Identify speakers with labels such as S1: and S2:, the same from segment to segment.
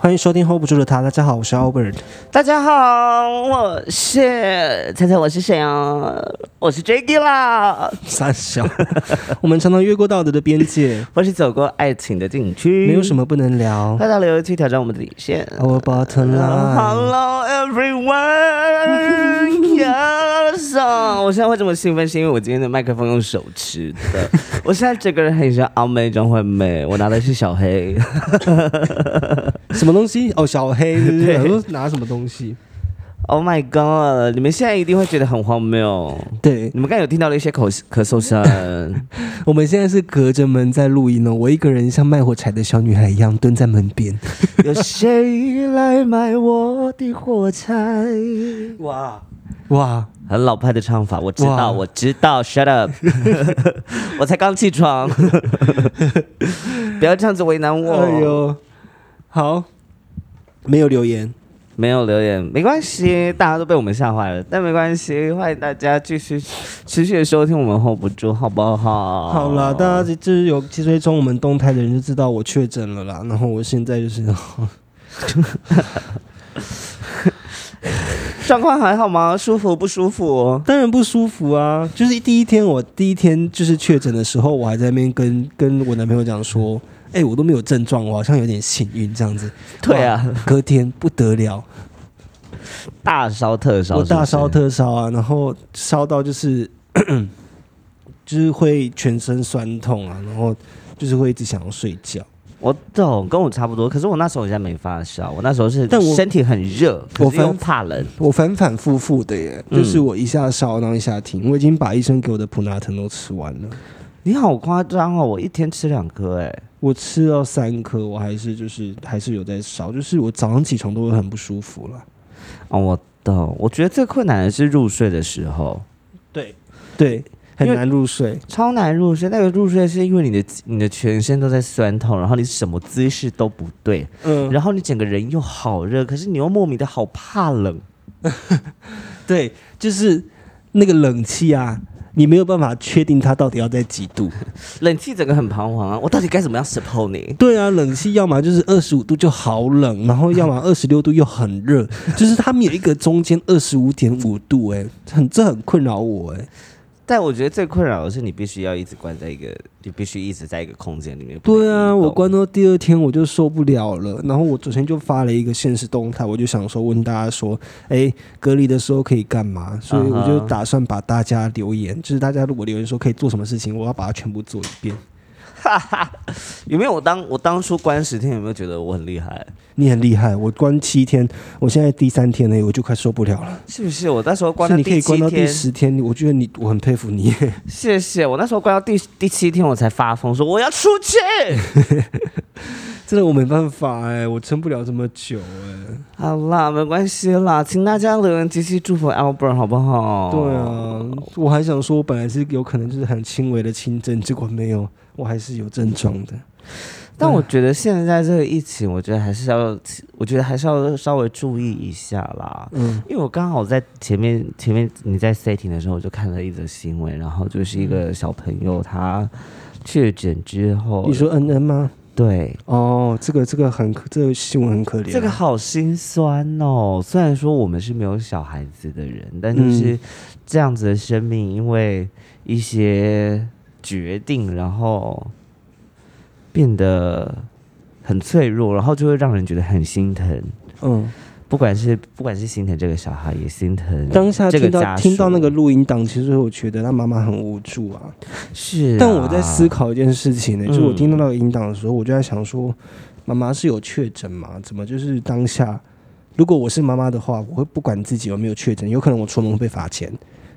S1: 欢迎收听 hold 不住的他，大家好，我是 Albert。
S2: 大家好，我是猜猜我是谁啊？我是 Jacky 啦，
S1: 三小， 我们常常越过道德的边界，
S2: 我是走过爱情的禁区，
S1: 没有什么不能聊。
S2: 快到留言区挑战我们的底线。
S1: Our bottom line，
S2: Hello everyone, yes！我现在会这么兴奋，是因为我今天的麦克风用手持的。我现在整个人很像阿妹张惠妹，我拿的是 小黑。
S1: 什么东西？哦，小黑， 对不对？
S2: 对
S1: 我说拿什么东西？
S2: Oh my god！你们现在一定会觉得很荒谬。
S1: 对，
S2: 你们刚才有听到了一些口咳嗽声。
S1: 我们现在是隔着门在录音呢，哦我一个人像卖火柴的小女孩一样蹲在门边。
S2: 有谁来买我的火柴？哇，
S1: 哇，
S2: 很老派的唱法，我知
S1: 哇
S2: 道，我知道 ，Shut up，我才刚起床，不要这样子为难我。
S1: 哎呦，好，没有留言。
S2: 没有留言没关系，大家都被我们吓坏了，但没关系，欢迎大家继续持续的收听我们 hold 不住，好不好？
S1: 好啦，大家就是有追踪我们动态的人就知道我确诊了啦。然后我现在就是，
S2: 状况还好吗？舒服不舒服？
S1: 当然不舒服啊！就是第一天，我第一天就是确诊的时候，我还在那边跟跟我男朋友讲说，哎、我都没有症状，我好像有点幸运这样子。
S2: 对啊，
S1: 哇，隔天不得了，
S2: 大烧特烧
S1: 我大
S2: 是不是
S1: 烧特烧啊，然后烧到就是 就是会全身酸痛啊，然后就是会一直想要睡觉。
S2: 我懂，跟我差不多。可是我那时候好像没发烧，我那时候是
S1: 但我
S2: 身体很热，
S1: 我
S2: 可是又
S1: 反
S2: 怕冷。
S1: 我反反复复的耶，
S2: 嗯
S1: 就是我一下烧，然后一下停。我已经把医生给我的普拿疼都吃完了，
S2: 你好夸张哦！我一天吃两颗，哎，
S1: 我吃到三颗，我还是就是还是有在烧，就是我早上起床都会很不舒服了。
S2: 哦，我懂。我觉得最困难的是入睡的时候，
S1: 对，对，很难入睡。
S2: 超难入睡。那个入睡是因为你的你的全身都在酸痛，然后你什么姿势都不对，
S1: 嗯，
S2: 然后你整个人又好热，可是你又莫名的好怕冷。
S1: 对，就是那个冷气啊，你没有办法确定它到底要在几度。
S2: 冷气整个很彷徨啊！我到底该怎么样 support 你？
S1: 对啊，冷气要么就是二十五度就好冷，然后要么二十六度又很热， 就是他们有一个中间二十五点五度、欸，很这很困扰我、欸，
S2: 但我觉得最困扰的是你必须要一直关在一个，你必须一直在一个空间里面。不能
S1: 对啊，
S2: 移动
S1: 我关到第二天我就受不了了，然后我昨天就发了一个现实动态，我就想说问大家说，哎，隔离的时候可以干嘛？所以我就
S2: 嗯哼
S1: 打算把大家留言，就是大家如果留言说可以做什么事情，我要把它全部做一遍。
S2: 有没有我当我当初关十天，有没有觉得我很厉害？
S1: 你很厉害，我关七天，我现在第三天了，我就快受不了了。
S2: 是不是？我那时候关
S1: 所
S2: 到
S1: 以你可以
S2: 第
S1: 关
S2: 七
S1: 到第
S2: 天，
S1: 十天，我觉得你我很佩服你。
S2: 谢谢。我那时候关到第第七天，我才发疯说我要出 去。
S1: 真的我没办法哎、我撑不了这么久哎、
S2: 好啦，没关系啦，请大家留言继续祝福 Albert 好不好？
S1: 对，啊，我还想说，我本来是有可能就是很轻微的轻症，结果没有，我还是有症状的。
S2: 但我觉得现在这个疫情，我觉得还是要，我觉得还是要稍微注意一下啦。
S1: 嗯，
S2: 因为我刚好在前面前面你在 setting 的时候，我就看了一则新闻，然后就是一个小朋友他确诊之后，
S1: 你说恩恩吗？
S2: 对，
S1: 哦，这个这个很可这个新闻很可怜啊。
S2: 这个好心酸哦。虽然说我们是没有小孩子的人，但
S1: 嗯
S2: 就是这样子的生命，因为一些决定，然后变得很脆弱，然后就会让人觉得很心疼。
S1: 嗯，
S2: 不管是不管是心疼这个小孩，也心疼
S1: 当下
S2: 这个
S1: 听到
S2: 家属
S1: 听到那个录音档，其实我觉得他妈妈很无助啊。
S2: 是啊、
S1: 但我在思考一件事情呢、
S2: 嗯
S1: 就是我听到那个音档的时候，我就在想说，妈妈是有确诊吗？怎么就是当下，如果我是妈妈的话，我会不管自己有没有确诊，有可能我出门会被罚钱，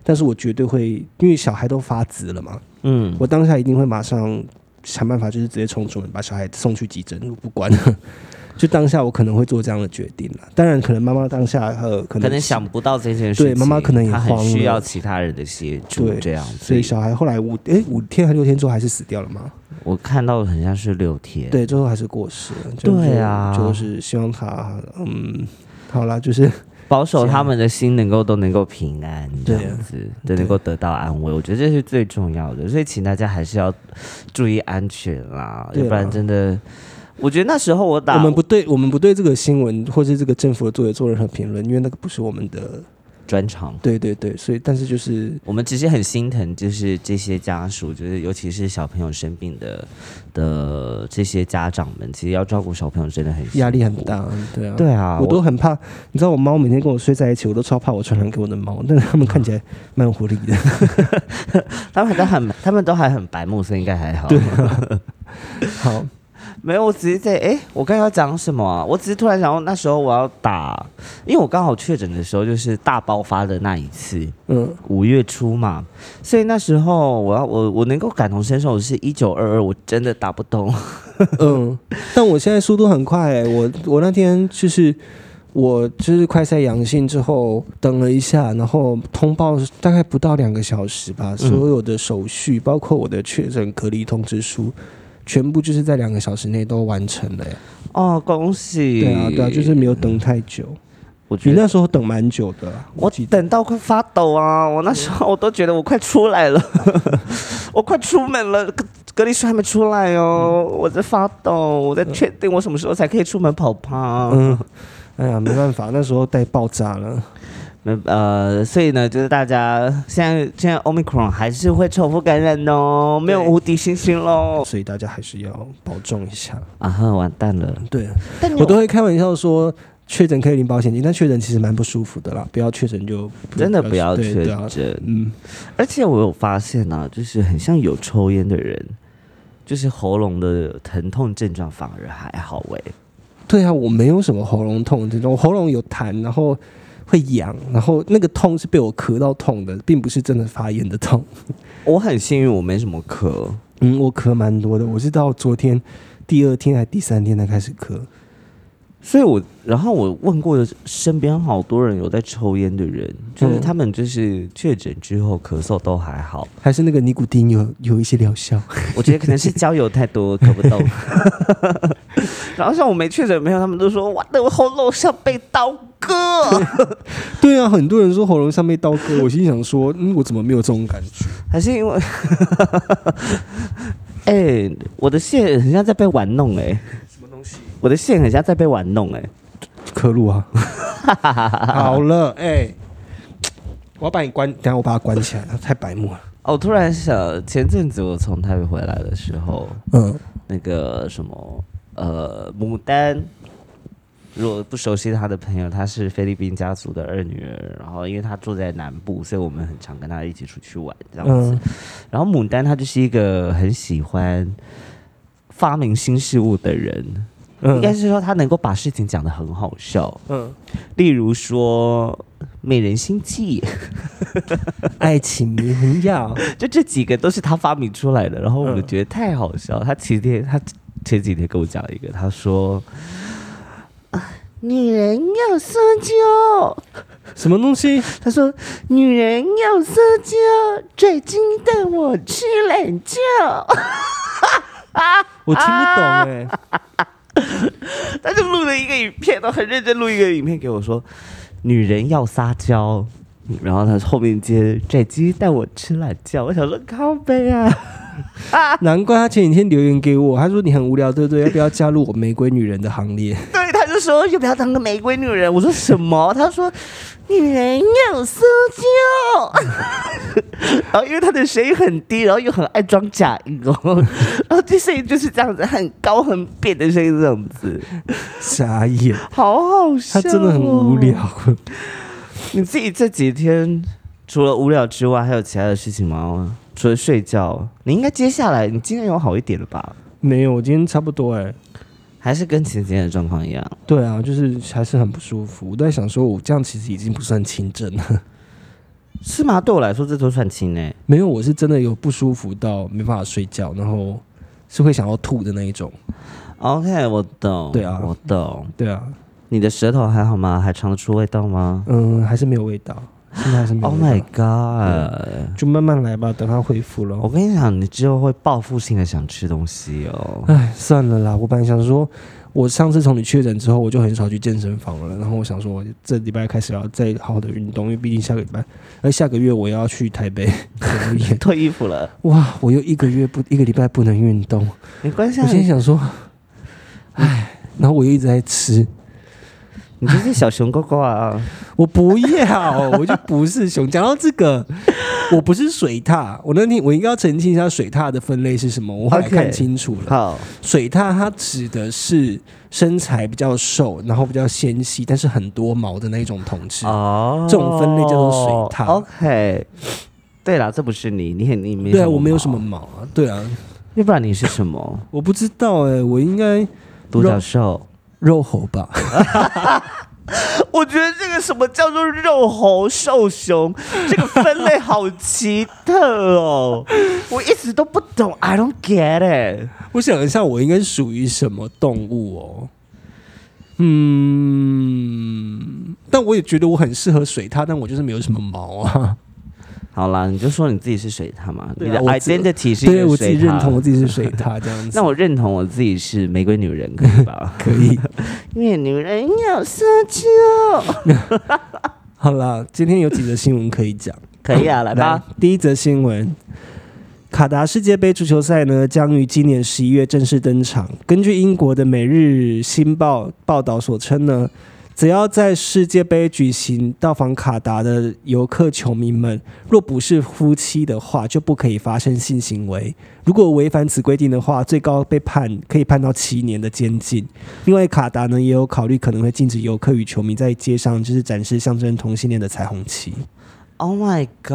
S1: 但是我绝对会，因为小孩都发紫了嘛，
S2: 嗯，
S1: 我当下一定会马上想办法就是直接冲出门把小孩送去急诊，我不管。 就当下我可能会做这样的决定了。当然，可能妈妈当下呃可能
S2: 可能想不到这件事情，
S1: 对妈妈可能也
S2: 她
S1: 慌
S2: 很
S1: 了
S2: 需要其他人的协助，
S1: 对
S2: 这样子。
S1: 所以小孩后来五诶，五天还六天之后还是死掉了嘛？
S2: 我看到很像是六天，
S1: 对，最后还是过世了。就是
S2: 对啊
S1: 就是希望他嗯，好啦，就是
S2: 保守他们的心能够都能够平安，这
S1: 对
S2: 样子都能够得到安慰，我觉得这是最重要的。所以请大家还是要注意安全啦，
S1: 对啊啦
S2: 要不然真的，我觉得那时候我打
S1: 我们不对，我们不对这个新闻或是这个政府的作为做任何评论，因为那个不是我们的。
S2: 专场，
S1: 对对对，所以但是就是
S2: 我们只是很心疼，就是这些家属，就是尤其是小朋友生病的的这些家长们，其实要照顾小朋友真的很辛苦
S1: 压力很。大，对啊。
S2: 对啊，
S1: 我都很怕，你知道我猫每天跟我睡在一起，我都超怕我传染给我的猫，但是它们看起来蛮有活力的。
S2: 他们都很，他们都还很白目，所以应该还好。
S1: 对 好，
S2: 没有，我只是在哎、我刚才要讲什么、啊？我只是突然想到那时候我要打，因为我刚好确诊的时候就是大爆发的那一次，
S1: 嗯，
S2: 五月初嘛，所以那时候我要我我能够感同身受，是一九二二，我真的打不动。
S1: 嗯，但我现在速度很快、欸，我我那天就是我就是快筛阳性之后，等了一下，然后通报大概不到两个小时吧，所有的手续，包括我的确诊隔离通知书。全部就是在两个小时内都完成了、欸，
S2: 哦，恭喜！
S1: 对啊，对啊，就是没有等太久。
S2: 我
S1: 你
S2: 觉得
S1: 那时候等蛮久的啊，
S2: 我
S1: 记得嗯
S2: 等到快发抖啊！我那时候我都觉得我快出来了， 我快出门了，隔隔离书还没出来哦，
S1: 嗯
S2: 我在发抖，我在确定我什么时候才可以出门跑趴。
S1: 嗯，哎呀，没办法，那时候带爆炸了。
S2: 那呃，所以呢，就是大家现在现在 Omicron 还是会重复感染哦，没有
S1: 对
S2: 无敌星星喽。
S1: 所以大家还是要保重一下。
S2: 啊哈，完蛋了！
S1: 对
S2: 但
S1: 我都会开玩笑说，确诊可以领保险金，但确诊其实蛮不舒服的啦，不要确诊就
S2: 真的不要
S1: 对
S2: 确
S1: 对啊
S2: 诊，
S1: 嗯，
S2: 而且我有发现啊，就是很像有抽烟的人，就是喉咙的疼痛症状反而还好哎、
S1: 对啊，我没有什么喉咙痛这种，我喉咙有痰，然后会痒，然后那个痛是被我咳到痛的，并不是真的发炎的痛。
S2: 我很幸运，我没什么咳，
S1: 嗯，我咳蛮多的，我是到昨天第二天还第三天才开始咳。
S2: 所以我然后我问过身边好多人有在抽烟的人，就是
S1: 嗯
S2: 他们就是确诊之后咳嗽都还好，
S1: 还是那个尼古丁有有一些疗效，
S2: 我觉得可能是交友太多，咳不动。然后像我没确诊没有，他们都说哇，我的喉咙像被刀割，
S1: 对啊，很多人说喉咙上被刀割，我心想说，嗯，我怎么没有这种感觉？
S2: 还是因为，哎、我的线很像在被玩弄哎、
S1: 什么东西？
S2: 我的线很像在被玩弄哎、
S1: 刻录 啊！好了，哎、我要把你关，等一下我把它关起来，太白目了。
S2: 哦，我突然想，前阵子我从台北回来的时候，
S1: 嗯，
S2: 那个什么，呃，牡丹，如果不熟悉她的朋友，她是菲律宾家族的二女儿，然后因为她住在南部，所以我们很常跟她一起出去玩这样子。
S1: 嗯
S2: 然后牡丹她就是一个很喜欢发明新事物的人，应该
S1: 嗯
S2: 是说她能够把事情讲得很好笑，
S1: 嗯，
S2: 例如说美人心计，
S1: 爱情迷魂药，
S2: 就这几个都是她发明出来的，然后我们
S1: 嗯
S2: 觉得太好笑。她前天她前几天跟我讲一个，她说。女人要撒娇，
S1: 什么东西？
S2: 她说：“女人要撒娇，最近带我吃懒觉。
S1: 我听不懂
S2: 啊
S1: 哎、”
S2: 她就录了一个影片，都很认真录一个影片给我说：“女人要撒娇。”然后她后面接“最近带我吃懒觉”，我想说靠背啊。
S1: 难怪他前几天留言给我，他说你很无聊，对不对？要不要加入我玫瑰女人的行列？
S2: 对，他就说要不要当个玫瑰女人？我说什么？他说女人要撒娇。然后因为他的声音很低，然后又很爱装假音哦， 然后这声音就是这样子，很高很扁的声音，这样子，
S1: 傻眼，
S2: 好好笑、
S1: 他
S2: 哦
S1: 真的很无。聊。
S2: 你自己这几天除了无聊之外，还有其他的事情吗？哦除了睡觉，你应该接下来你今天有好一点了吧？
S1: 没有，我今天差不多哎、
S2: 还是跟前几天的状况一样？
S1: 对啊，就是还是很不舒服。我在想说，我这样其实已经不算轻症了。
S2: 是吗？对我来说，这都算轻诶、
S1: 没有，我是真的有不舒服到没办法睡觉，然后是会想要吐的那一种。
S2: OK，我懂，
S1: 对啊
S2: 我懂。
S1: 对啊，
S2: 你的舌头还好吗？还尝得出味道吗
S1: 嗯，还是没有味道，现在还是没有
S2: ？Oh
S1: 味道。
S2: my god！
S1: 就慢慢来吧，等它恢复了
S2: 我。跟你讲，你之后会报复性的想吃东西哦。
S1: 哎，算了啦，我本来想说，我上次从你确诊之后，我就很少去健身房了。然后我想说，我这礼拜开始要再好好的运动，因为毕竟下个礼拜，而下个月我要去台 北表演。
S2: 脱衣服了，
S1: 哇，我又一个月不一个礼拜不能运动，
S2: 没关系啊
S1: 我，现在想说，哎，然后我又一直在吃，
S2: 你就是小熊狗狗啊。
S1: 我不要，我就不是熊。讲到这个，我不是水獭，我那天我应该要澄清一下水獭的分类是什么，我后来
S2: OK
S1: 看清楚了。
S2: 好，
S1: 水獭它指的是身材比较瘦，然后比较纤细，但是很多毛的那种同志。
S2: 哦，
S1: 这种分类叫做水獭
S2: OK，对啦，这不是你，你很你没
S1: 对啊，我没有什么
S2: 毛，
S1: 毛啊。对啊，
S2: 要不然你是什么？
S1: 我不知道哎、我应该
S2: 独角兽？
S1: 肉猴吧？
S2: 我觉得这个什么叫做肉猴兽熊，这个分类好奇特 哦，我一直都不懂，I don't get it。
S1: 我想一下，我应该属于什么动物哦？嗯，但我也觉得我很适合水獭，但我就是没有什么毛啊。
S2: 好啦，你就说你自己是水獭嘛，
S1: 对
S2: 你
S1: 啊
S2: 的
S1: 我自
S2: identity 是一
S1: 对
S2: 个
S1: 我自己
S2: 水
S1: 认同我
S2: 獭。
S1: 自己是水獭这样子。
S2: 那我认同我自己是玫瑰女人，可以 吧？
S1: 可以。
S2: 因为女人有色气哦。
S1: 好啦，今天有几则新闻可以讲。
S2: 可以啊，来 吧。。
S1: 第一则新闻。卡达世界杯足球赛呢，将于今年十一月正式登场。根据英国的《每日新报》报道所称呢，只要在世界杯举行到访卡达的游客球迷们，若不是夫妻的话，就不可以发生性行为。如果违反此规定的话，最高被判可以判到七年的监禁。另外，卡达呢也有考虑可能会禁止游客与球迷在街上就是展示象征同性恋的彩虹旗。
S2: Oh my god！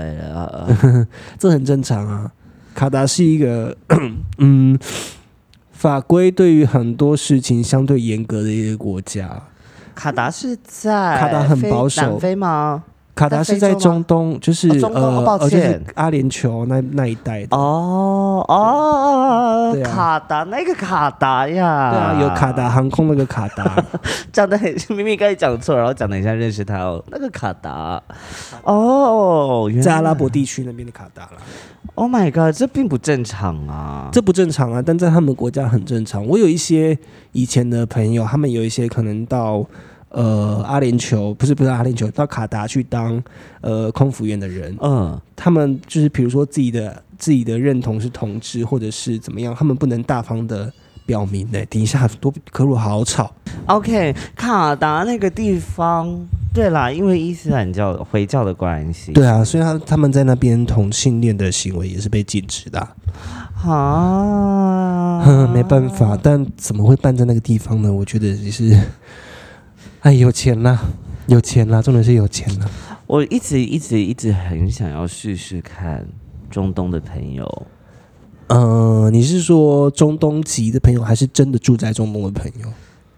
S2: 呃
S1: 这很正常啊。卡达是一个， 嗯，法规对于很多事情相对严格的一个国家。
S2: 卡达是在
S1: 卡达很
S2: 非
S1: 保守
S2: 南非吗？
S1: 卡达是在中东，就是、
S2: 哦中东哦
S1: 呃，
S2: 抱
S1: 呃就是
S2: 歉
S1: 阿联酋那那一带的。
S2: 哦哦
S1: 对，啊
S2: 卡达那个卡达呀，
S1: 对啊，有卡，达航空那个卡达，
S2: 讲的很明明刚才讲错，然后讲的很像认识他哦，那个卡达，哦， 原来
S1: 在阿拉伯地区那边的卡达啦，
S2: ，Oh my god，这并不正常啊，
S1: 这不正常啊，但在他们国家很正常。我有一些以前的朋友，他们有一些可能到呃阿联酋，不是不是阿联酋，到卡达去当呃空服员的人，
S2: 嗯，
S1: 他们就是比如说自己的自己的认同是同志或者是怎么样，他们不能大方的表明的。等一下，多可鲁好吵。
S2: OK，卡达那个地方，对啦，因为伊斯兰教回教的关系，
S1: 对啊，所以他他们在那边同性恋的行为也是被禁止的、啊。
S2: 啊，
S1: 哼， 没办法，但怎么会办在那个地方呢？我觉得也是， 哎，有钱啦，有钱啦，重点是有钱啦。
S2: 我一直一直一直很想要试试看中东的朋友，
S1: 呃，你是说中东籍的朋友，还是真的住在中东的朋友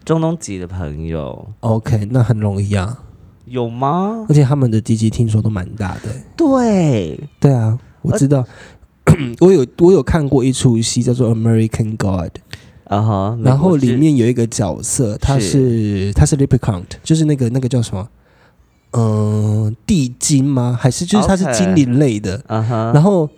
S2: 中东籍的朋友
S1: ？OK，那很容易啊，
S2: 有吗？
S1: 而且他们的鸡鸡听说都蛮大的欸、
S2: 对，
S1: 对啊，我知道，
S2: 呃
S1: 我有我有看过一出戏叫做《American God》，
S2: 啊哈，美国
S1: 然后里
S2: 是
S1: 面有一个角色，他是他是 Leprechaun，就是那个那个叫什么，嗯、地精吗？还是就是他是
S2: OK
S1: 精灵类的
S2: 啊哈，
S1: 然后。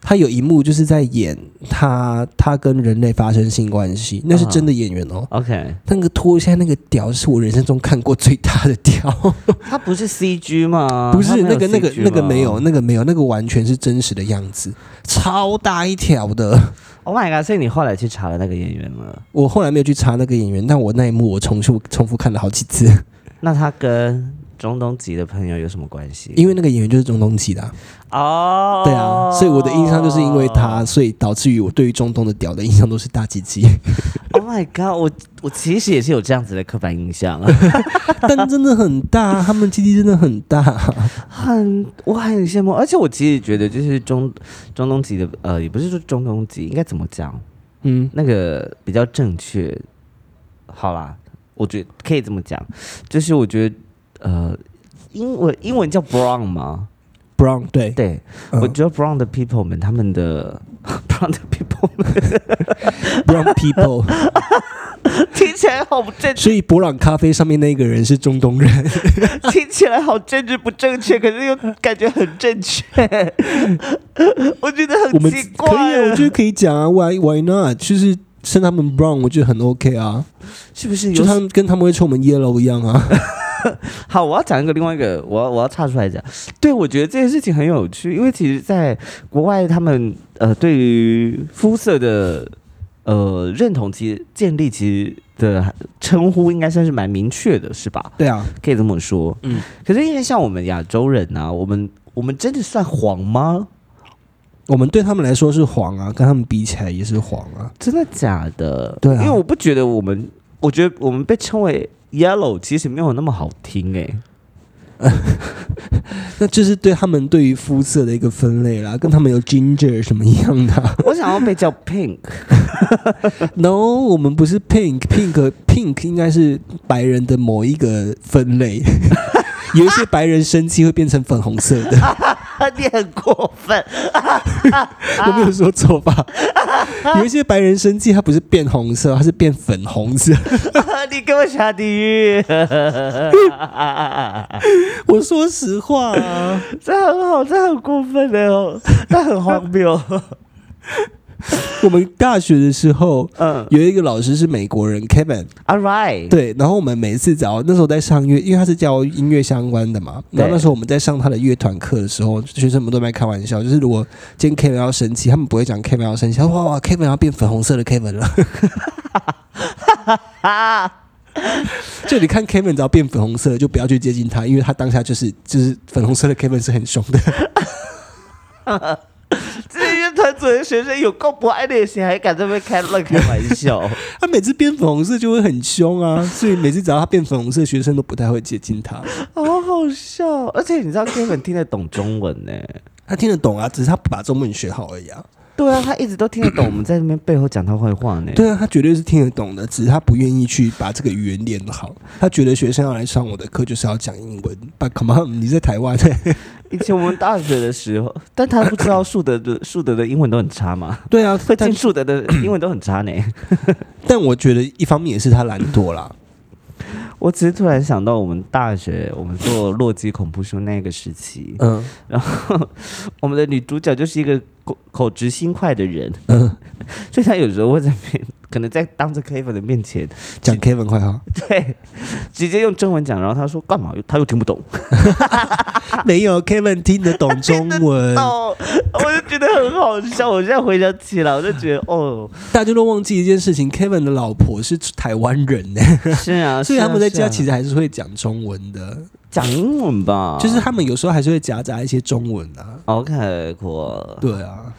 S1: 他有一幕就是在演他他跟人类发生性关系，那是
S2: 啊
S1: 真的演员哦。
S2: OK，
S1: 那个脱下那个屌是我人生中看过最大的屌，
S2: 他不是 CG 吗？
S1: 不
S2: 它
S1: 是
S2: 啊没有
S1: 那个那个
S2: CG
S1: 那个
S2: 吗
S1: 没有那个没有那个完全是真实的样子，超大一条的。
S2: Oh my god！所以你后来去查了那个演员了，
S1: 我后来没有去查那个演员，但我那一幕我重复重复看了好几次，
S2: 那他跟中东籍的朋友有什么关系？
S1: 因为那个演员就是中东籍的啊、
S2: 哦，
S1: 对啊，所以我的印象就是因为他，。所以导致于我对于中东的屌的印象都是大鸡鸡，
S2: Oh my god！我我其实也是有这样子的刻板印象，
S1: 但真的很大，他们鸡鸡真的很大，
S2: 很我很羡慕，而且我其实觉得就是中中东籍的，呃，也不是说中东籍，应该怎么讲？
S1: 嗯，
S2: 那个比较正确。好啦，我觉得可以这么讲，就是我觉得呃，英文英文叫 brown 吗？
S1: ，brown 对，
S2: 对，
S1: 嗯
S2: 我觉得 brown 的 people 们他们的 brown 的 people，
S1: ，brown people，
S2: 听起来好不正，
S1: 所以博朗咖啡上面那个人是中东人，
S2: 听起来好政治不正确，可是又感觉很正确，我觉得
S1: 我
S2: 很
S1: 们
S2: 奇怪。
S1: 可以啊，我觉得可以讲啊，why why not？就是称他们 brown，我觉得很 OK 啊，
S2: 是不是
S1: 就
S2: 有
S1: 他们跟他们会称我们 yellow 一样啊。
S2: 好，我要讲一个另外一个，我要我要岔出来讲。对，我觉得这件事情很有趣，因为其实在国外，他们呃对于肤色的呃认同，其实建立其实的称呼应该算是蛮明确的，是吧？
S1: 对啊，
S2: 可以这么说。
S3: 嗯，
S2: 可是因为像我们亚洲人啊，我们我们真的算黄吗？
S1: 我们对他们来说是黄啊，跟他们比起来也是黄啊。
S2: 真的假的？
S1: 对啊
S2: 因为我不觉得我们，我觉得我们被称为 yellow 其实没有那么好听 哎、
S1: 那就是对他们对于肤色的一个分类啦，跟他们有 ginger 什么一样的 啊、
S2: 我想要被叫 pink。
S1: No，我们不是 pink，pink pink 应该是白人的某一个分 类。有一些白人生气会变成粉红色 的，
S2: 你很过分，
S1: 我没有说错 吧？有一些白人生气，它不是变红色，它是变粉红 色。
S2: 你给我下地狱！
S1: 我说实话啊，
S2: 这很好，这很过分的哦，那很荒谬。
S1: 我们大学的时候
S2: 嗯
S1: 有一个老师是美国人 Kevin，
S2: ，All right，
S1: 对，然后我们每次只要那时候在上乐，因为他是教音乐相关的嘛，然后
S2: 对
S1: 那时候我们在上他的乐团课的时候，学生们都在开玩笑，就是如果今天 Kevin 要生气，他们不会讲 Kevin 要生气，他说哇哇 Kevin 要变粉红色的 Kevin 了，
S2: 啊，
S1: 就你看 Kevin 只要变粉红色，就不要去接近他，因为他当下就是就是粉红色的 Kevin 是很凶的，
S2: 这些团组的学生有够不爱练习，还敢在那边开乱开玩笑，
S1: 他每次变粉红色就会很凶啊，所以每次只要他变粉红色，学生都不太会接近他。
S2: 好好笑。而且你知道 Kevin 听得懂中文呢、
S1: 他听得懂啊，只是他不把中文学好而已啊。
S2: 对啊，他一直都听得懂我们在那边背后讲他坏话呢、
S1: 对啊，他绝对是听得懂的，只是他不愿意去把这个语言练好。他觉得学生要来上我的课就是要讲英文。But come on，你在台湾，
S2: 以前我们大学的时候，但他不知道树德的树德的英文都很差嘛，
S1: 对啊
S2: 会，进
S1: 但
S2: 树德的英文都很差呢、
S1: 但我觉得一方面也是他懒惰啦。
S2: 我只是突然想到，我们大学我们做洛基恐怖书那个时期，
S1: 嗯
S2: 然后我们的女主角就是一个口口直心快的人，
S1: 嗯，
S2: 所以她有时候会在面，可能在当着 Kevin 的面前，
S1: 讲 Kevin 坏话
S2: 对，直接用中文讲，然后她说干嘛，她又听不懂，
S1: 没有？Kevin 听啊得懂中 文，
S2: 哦，我就觉得很好笑。我现在回想起来，我就觉得哦，
S1: 大家都忘记一件事情：Kevin 的老婆是台湾人呢、
S2: 是啊，
S1: 所以他们在家其
S2: 实
S1: 实还是会讲中文的，
S2: 讲英文吧，
S1: 就是他们有时候还是会夹杂一些中文啊。
S2: OK 过。
S1: 对啊，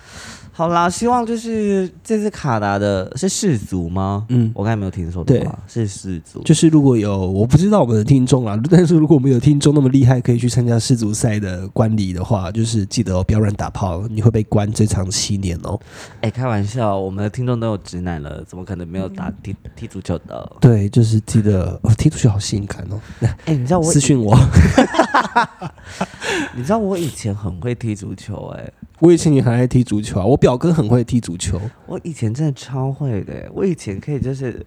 S2: 好啦，希望就是这次卡达的是氏族吗？
S1: 嗯，
S2: 我刚才没有听说
S1: 对
S2: 对吧？是氏族，
S1: 就是如果有我不知道我们的听众啦， 但是如果我们有听众那么厉害，可以去参加世足赛的观礼的话，就是记得哦，不要乱打炮，你会被关最长七年哦。
S2: 哎、开玩笑，我们的听众都有直男了，怎么可能没有
S1: 嗯
S2: 打踢踢足球的？
S1: 对，就是记得、哦、踢出去好性感哦。
S2: 哎、你知道我
S1: 私讯我，
S2: 你知道我以前很会踢足球哎、
S1: 我以前也很爱踢足球啊，我表哥很会踢足球，
S2: 我以前真的超会的欸、我以前可以就是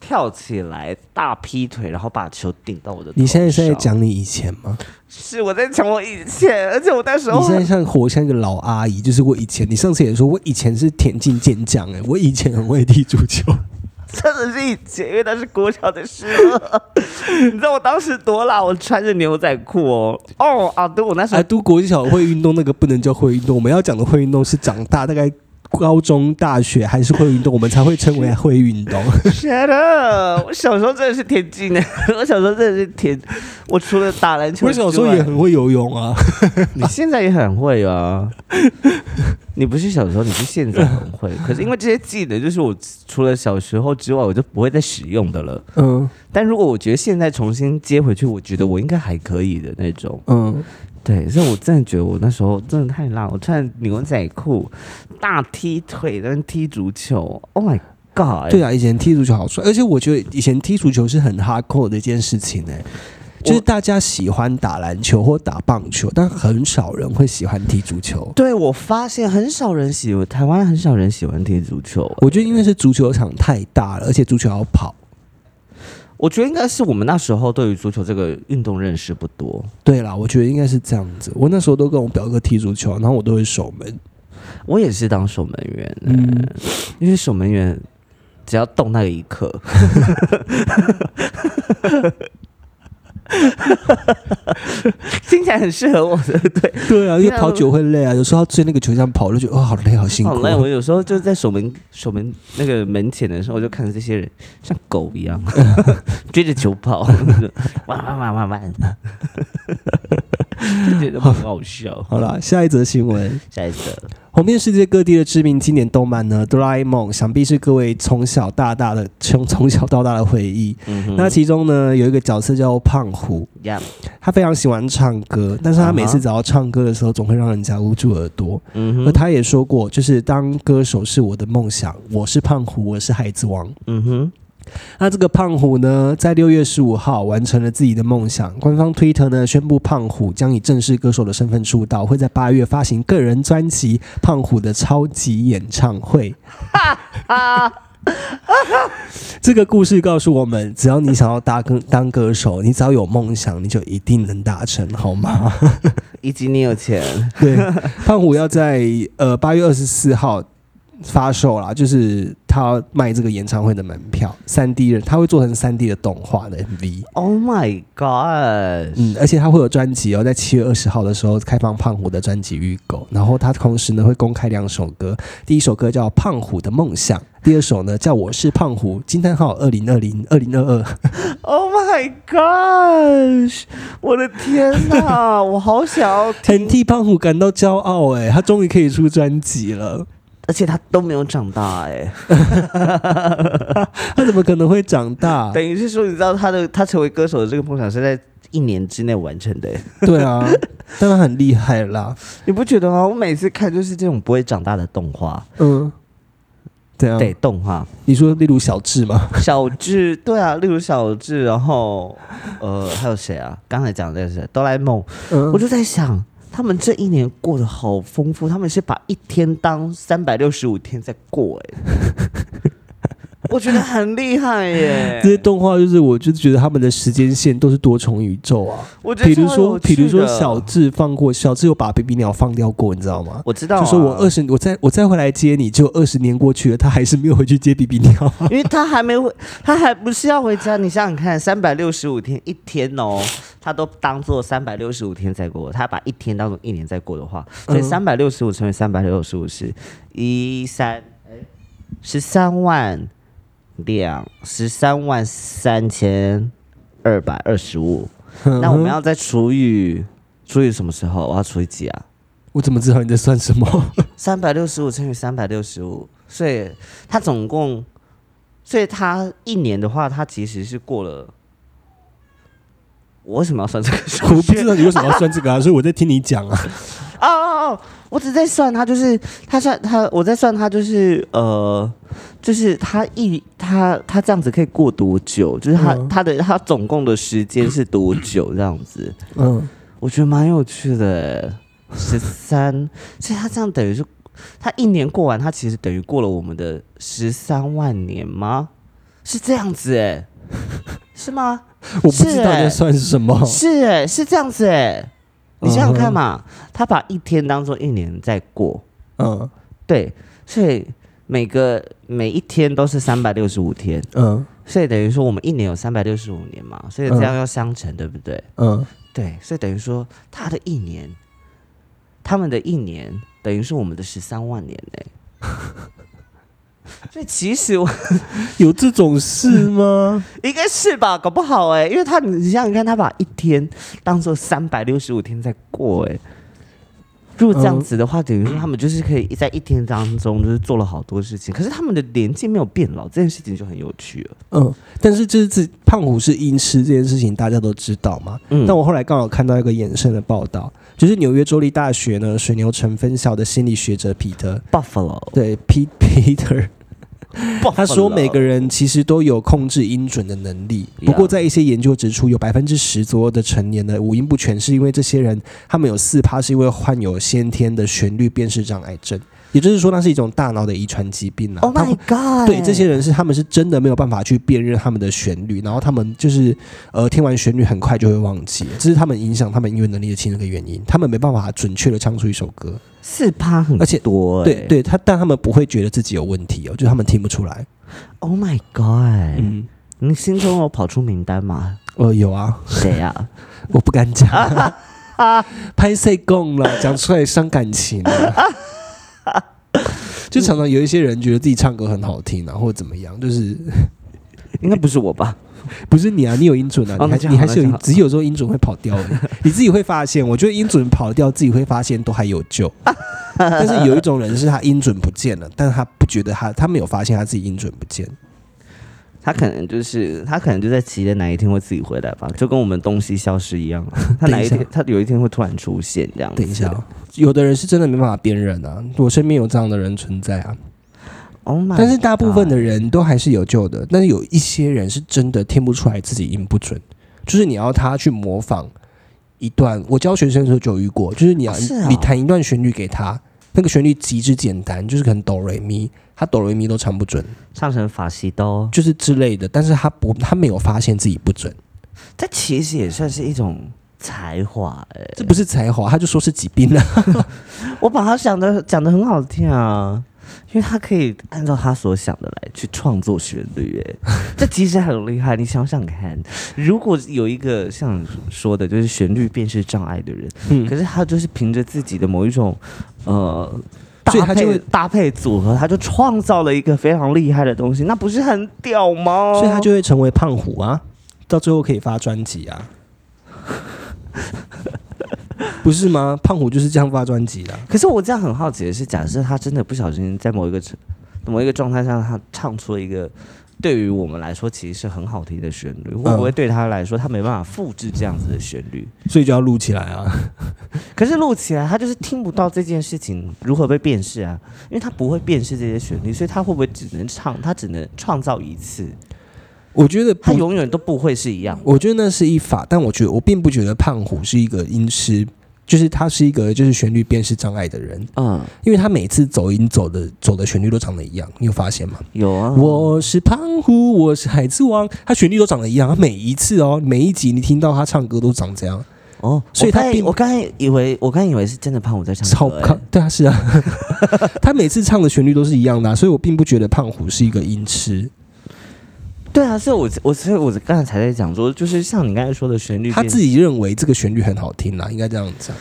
S2: 跳起来大劈腿，然后把球顶到我的头上。
S1: 你现在是在讲你以前吗？
S2: 是我在讲我以前，而且我那时候
S1: 你现在像活像一个老阿姨，就是我以前，你上次也说我以前是田径健将哎、我以前很会踢足球，
S2: 真的是以前，因为那是国小的事了。 你知道我当时多懒，我穿着牛仔裤哦。哦啊，对， 我那时候
S1: 啊，读国小会运动那个不能叫会运动，我们要讲的会运动是长大大概高中、大学还是会运动，我们才会称为会运 动。
S2: Shut up！我小时候真的是田径的， 我小时候真的是田，我除了打篮球，
S1: 我小时候也，很会游泳啊，
S2: 你现在也很会啊。 你不是小时候，你是现在很会。可是因为这些技能，就是我除了小时候之外，我就不会再使用的了。
S1: 嗯
S2: 但如果我觉得现在重新接回去，我觉得我应该还可以的那种。
S1: 嗯，
S2: 对，所以我真的觉得我那时候真的太烂，我穿牛仔裤，大踢腿，在那边踢足球。Oh my god！
S1: 对啊，以前踢足球好帅，而且我觉得以前踢足球是很 hardcore 的一件事情哎、就是大家喜欢打篮球或打棒球，但很少人会喜欢踢足球。
S2: 对我发现很少人喜欢，台湾很少人喜欢踢足球。
S1: 我觉得因为是足球场太大了，而且足球要跑。
S2: 我觉得应该是我们那时候对于足球这个运动认识不多。
S1: 对啦，我觉得应该是这样子。我那时候都跟我表哥踢足球，然后我都会守门。
S2: 我也是当守门员，
S1: 嗯，
S2: 因为守门员只要动那个一刻， 听起来很适合我的，对，
S1: 对啊，因为
S2: 那
S1: 跑久会累啊，有时候要追那个球这样跑，我就觉得哦，好累，好辛苦。
S2: 好累。我有时候就在守门守门那个门前的时候，我就看着这些人像狗 一样追着球跑，哇哇哇哇哇，就觉得很好笑。
S1: 好啦，下一则新闻。
S2: 下一个，
S1: 红遍世界各地的知名经典动漫呢，《哆啦 A 梦》想必是各位从小到大的从从小到大的回忆。
S2: 嗯哼，
S1: 那其中呢，有一个角色叫胖虎，
S2: 呀，
S1: 他非常喜欢唱歌，但是
S2: 啊哈
S1: 他每次只要唱歌的时候，总会让人家捂住耳朵。
S2: 嗯
S1: 而
S2: 哼，
S1: 他也说过，就是当歌手是我的梦想，我是胖虎，我是孩子王。
S2: 嗯哼，
S1: 那这个胖虎呢，在六月十五号完成了自己的梦想。官方推特呢宣布，胖虎将以正式歌手的身份出道，会在八月发行个人专辑《胖虎的超级演唱会》。这个故事告诉我们，只要你想要当歌当歌手，你只要有梦想，你就一定能达成，好吗？
S2: 以及你有钱，
S1: 对，胖虎要在呃八月二十四号发售啦，就是他卖这个演唱会的门票，三 D 的，他会做成三 D 的动画的 MV，
S2: Oh my god！
S1: 嗯，而且他会有专辑哦，在七月二十号的时候开放胖虎的专辑预购，然后他同时呢会公开两首歌，第一首歌叫《胖虎的梦想》，第二首呢叫《我是胖虎》，惊叹号二零二零二零二 二，
S2: Oh my gosh！我的天 哪，我好想要
S1: 很
S2: 听，
S1: 替胖虎感到骄傲哎、他终于可以出专辑了，
S2: 而且他都没有长大哎、
S1: 他怎么可能会长大？
S2: 等于是说，你知道他的他成为歌手的这个梦想是在一年之内完成的欸、
S1: 对啊，但他很厉害啦。
S2: 你不觉得吗？我每次看就是这种不会长大的动画，
S1: 嗯，怎样？
S2: 对动画，
S1: 你说例如小智吗？
S2: 小智，对啊，例如小智，然后呃，还有谁啊？刚才讲的是哆啦 A 梦，
S1: 嗯，
S2: 我就在想，他们这一年过得好丰富，他们是把一天当三百六十五天在过、 哎，我觉得很厉害 耶、
S1: 这些动画就是，我就觉得他们的时间线都是多重宇宙啊。
S2: 我觉得
S1: 比如
S2: 超
S1: 说，
S2: 有
S1: 比
S2: 趣
S1: 如说
S2: 的
S1: 小，智放过小智，有把 baby 鸟放掉过，你知道吗？
S2: 我知道、啊，
S1: 就说我二十，我再我再回来接你，就二十年过去了，他还是没有回去接 BB 鸟。
S2: 因为他还没回，他还不是要回家。你想想看，三百六十五天一天哦，他都当做三百六十五天在过，他把一天当做一年在过的话，所以
S1: 嗯
S2: 三百六十五乘以三百六十五是一三哎十三万两十三万三千二百二十五。那
S1: 嗯
S2: 我们要再除以除以什么时候？我要除以几啊？
S1: 我怎么知道你在算什 么？
S2: 三百六十五乘以三百六十五，所以他总共，所以他一年的话，他其实是过了。我为什么要算这个数
S1: 我不
S2: 学
S1: 知道你为什么要算这个啊，所以我在听你讲啊。
S2: 哦哦哦！我只在算他，就是他算他，我在算他，就是呃，就是他一他他这样子可以过多久？就是他、
S1: 嗯
S2: 他的他总共的时间是多久？这样子，
S1: 嗯，
S2: 我觉得蛮有趣的，十三，所以他这样等于是他一年过完，他其实等于过了我们的十三万年吗？是这样子哎、是吗？
S1: 我不知道你在算什么。
S2: 是哎、是这样子哎、你想想看嘛，他把一天当做一年在过，
S1: 嗯
S2: 对，所以每个每一天都是三百六十五天，
S1: 嗯
S2: 所以等于说我们一年有三百六十五年嘛，所以这样要相乘，对不对？
S1: 嗯，
S2: 对，所以等于说他的一年，他们的一年等于是我们的十三万年呢、 所以其实我
S1: 有这种事吗？
S2: 应该是吧，搞不好哎、因为他你想想看，他把一天当做三百六十五天在过哎、如果这样子的话，等于说他们就是可以在一天当中就是做了好多事情，可是他们的年纪没有变老，这件事情就很有趣了。
S1: 嗯，但是这次胖虎是音痴这件事情大家都知道嘛。
S2: 嗯
S1: 但我后来刚好看到一个衍生的报道，就是纽约州立大学呢水牛城分校的心理学者彼得，
S2: Buffalo
S1: 对 P Peter 他说，每个人其实都有控制音准的能力，
S2: Yeah
S1: 不过在一些研究指出，有百分之十左右的成年的五音不全，是因为这些人他们有四趴是因为患有先天的旋律辨识障碍症，也就是说，那是一种大脑的遗传疾病啊。
S2: ，Oh
S1: 他
S2: my
S1: 们
S2: God，
S1: 对，这些人是他们是真的没有办法去辨认他们的旋律，然后他们就是呃听完旋律很快就会忘记，这是他们影响他们音乐能力的其中一个原因，他们没办法准确的唱出一首歌。
S2: 四趴很
S1: 而且
S2: 多、欸，
S1: 对对，他但他们不会觉得自己有问题哦，就是他们听不出来。
S2: ，Oh my God，、
S1: 嗯，
S2: 你心中有跑出名单 吗？
S1: 呃，有啊，
S2: 谁啊？
S1: 我不敢讲，啊 拍碎供了，讲出来伤感情了。就常常有一些人觉得自己唱歌很好听啊，或者怎么样，就是
S2: 应该不是我吧？
S1: 不是你啊，你有音准啊，
S2: 哦
S1: 你还
S2: 那就好
S1: 你还是有
S2: 那就
S1: 音
S2: 好，
S1: 只是有时候音准会跑掉而 已，你自己会发现。我觉得音准跑掉，自己会发现都还有 救。但是有一种人是他音准不见了，但是他不觉得他他没有发现他自己音准不见。
S2: 他可能就是他可能就在期待哪一天会自己回来吧，就跟我们东西消失一样。啊 他哪一
S1: 等一
S2: 天他有一天会突然出现这样子。
S1: 等一下哦，有的人是真的没办法辨认啊，我身边有这样的人存在啊。
S2: ，Oh my！
S1: 但是大部分的
S2: God
S1: 人都还是有救的，但是有一些人是真的听不出来自己音不准，就是你要他去模仿一段，我教学生的时候就有遇过，就是你要、
S2: 哦是哦
S1: 你弹一段旋律给他，那个旋律极致简单，就是可能哆瑞咪，他哆瑞咪都唱不准，
S2: 唱成法西刀，
S1: 就是之类的，但是他不他没有发现自己不准，
S2: 这其实也算是一种才华哎、
S1: 这不是才华，他就说是疾病啊了。
S2: 我把他想的讲的很好听啊，因为他可以按照他所想的来去创作旋律，哎，这其实很厉害。你想想看，如果有一个像你说的，就是旋律辨识障碍的人，
S1: 嗯
S2: 可是他就是凭着自己的某一种，呃。
S1: 所以
S2: 搭
S1: 他就
S2: 配
S1: 会
S2: 搭配组合，他就创造了一个非常厉害的东西，那不是很屌吗？
S1: 所以他就会成为胖虎啊，到最后可以发专辑 啊，不是吗？胖虎就是这样发专辑的啊、
S2: 可是我这样很好奇的是，假设他真的不小心在某一个程某一个状态下，他唱出了一个对于我们来说其实是很好听的旋
S1: 嗯
S2: 律，会不会对他来说他没办法复制这样子的旋律？
S1: 所以就要录起来啊。
S2: 可是录起来他就是听不到这件事情如何被辨识啊，因为他不会辨识这些旋律，所以他会不会只能唱，他只能创造一次，
S1: 我觉得
S2: 他
S1: 不，
S2: 永远都不会是一样的。
S1: 我觉得那是一法，但我觉得我并不觉得胖虎是一个音痴，就是他是一个就是旋律辨识障碍的人，
S2: 嗯，
S1: 因为他每次走音走的走的旋律都长得一样，你有发现吗？
S2: 有啊，
S1: 我是胖虎，我是海之王，他旋律都长得一样，他每一次哦，每一集你听到他唱歌都长这样，
S2: 哦，
S1: 所以他
S2: 我刚才
S1: 并
S2: 我刚才以为我刚才以为是真的胖虎在唱
S1: 超
S2: 歌、欸
S1: 胖，对啊，是啊， 他每次唱的旋律都是一样的啊、所以我并不觉得胖虎是一个音痴，
S2: 对啊，所以我我所以我刚才才在讲说，就是像你刚才说的旋律变，
S1: 他自己认为这个旋律很好听啊啦，应该这样讲。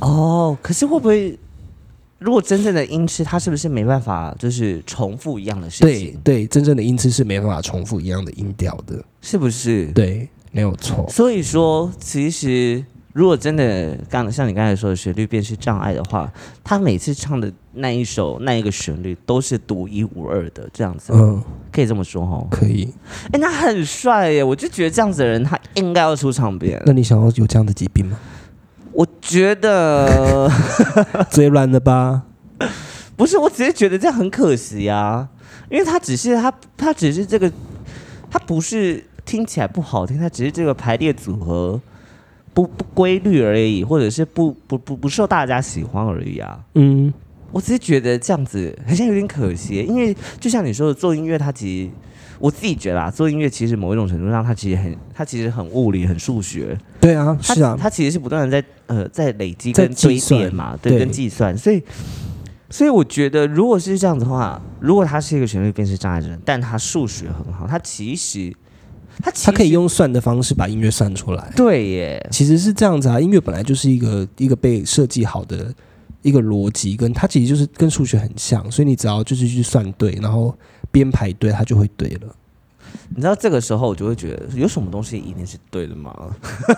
S2: 哦，可是会不会，如果真正的音痴，他是不是没办法就是重复一样的事
S1: 对
S2: 情？
S1: 对，真正的音痴是没办法重复一样的音调的，
S2: 是不是？
S1: 对，没有错。
S2: 所以说，其实如果真的刚像你刚才说的旋律辨识障碍的话，他每次唱的那一首那一个旋律都是独一无二的，这样子、
S1: 嗯，
S2: 可以这么说哦。
S1: 可以。
S2: 哎，那很帅耶！我就觉得这样子的人，他应该要出唱片。
S1: 那你想要有这样的疾病吗？
S2: 我觉得。
S1: 嘴软了吧？
S2: 不是，我只是觉得这样很可惜呀、因为他只是他他只是这个，他不是听起来不好听，他只是这个排列组合不不规律而已，或者是不不不不受大家喜欢而已啊。
S1: 嗯，
S2: 我只是觉得这样子好像有点可惜，因为就像你说的，做音乐它其实我自己觉得啊，做音乐其实某一种程度上，它其实很它其实很物理、很数学，
S1: 对啊，
S2: 它
S1: 是啊，
S2: 它其实是不断的在呃在累积
S1: 在
S2: 跟堆
S1: 计算
S2: 叠嘛，对，
S1: 对
S2: 跟计算，所以所以我觉得如果是这样子的话，如果他是一个旋律辨识障碍的人，但他数学很好，他其实他其实
S1: 他可以用算的方式把音乐算出来。
S2: 对耶，
S1: 其实是这样子啊，音乐本来就是一个一个被设计好的一个逻辑，跟它其实就是跟数学很像，所以你只要就是去算对，然后编排对，它就会对了。
S2: 你知道这个时候我就会觉得，有什么东西一定是对的吗？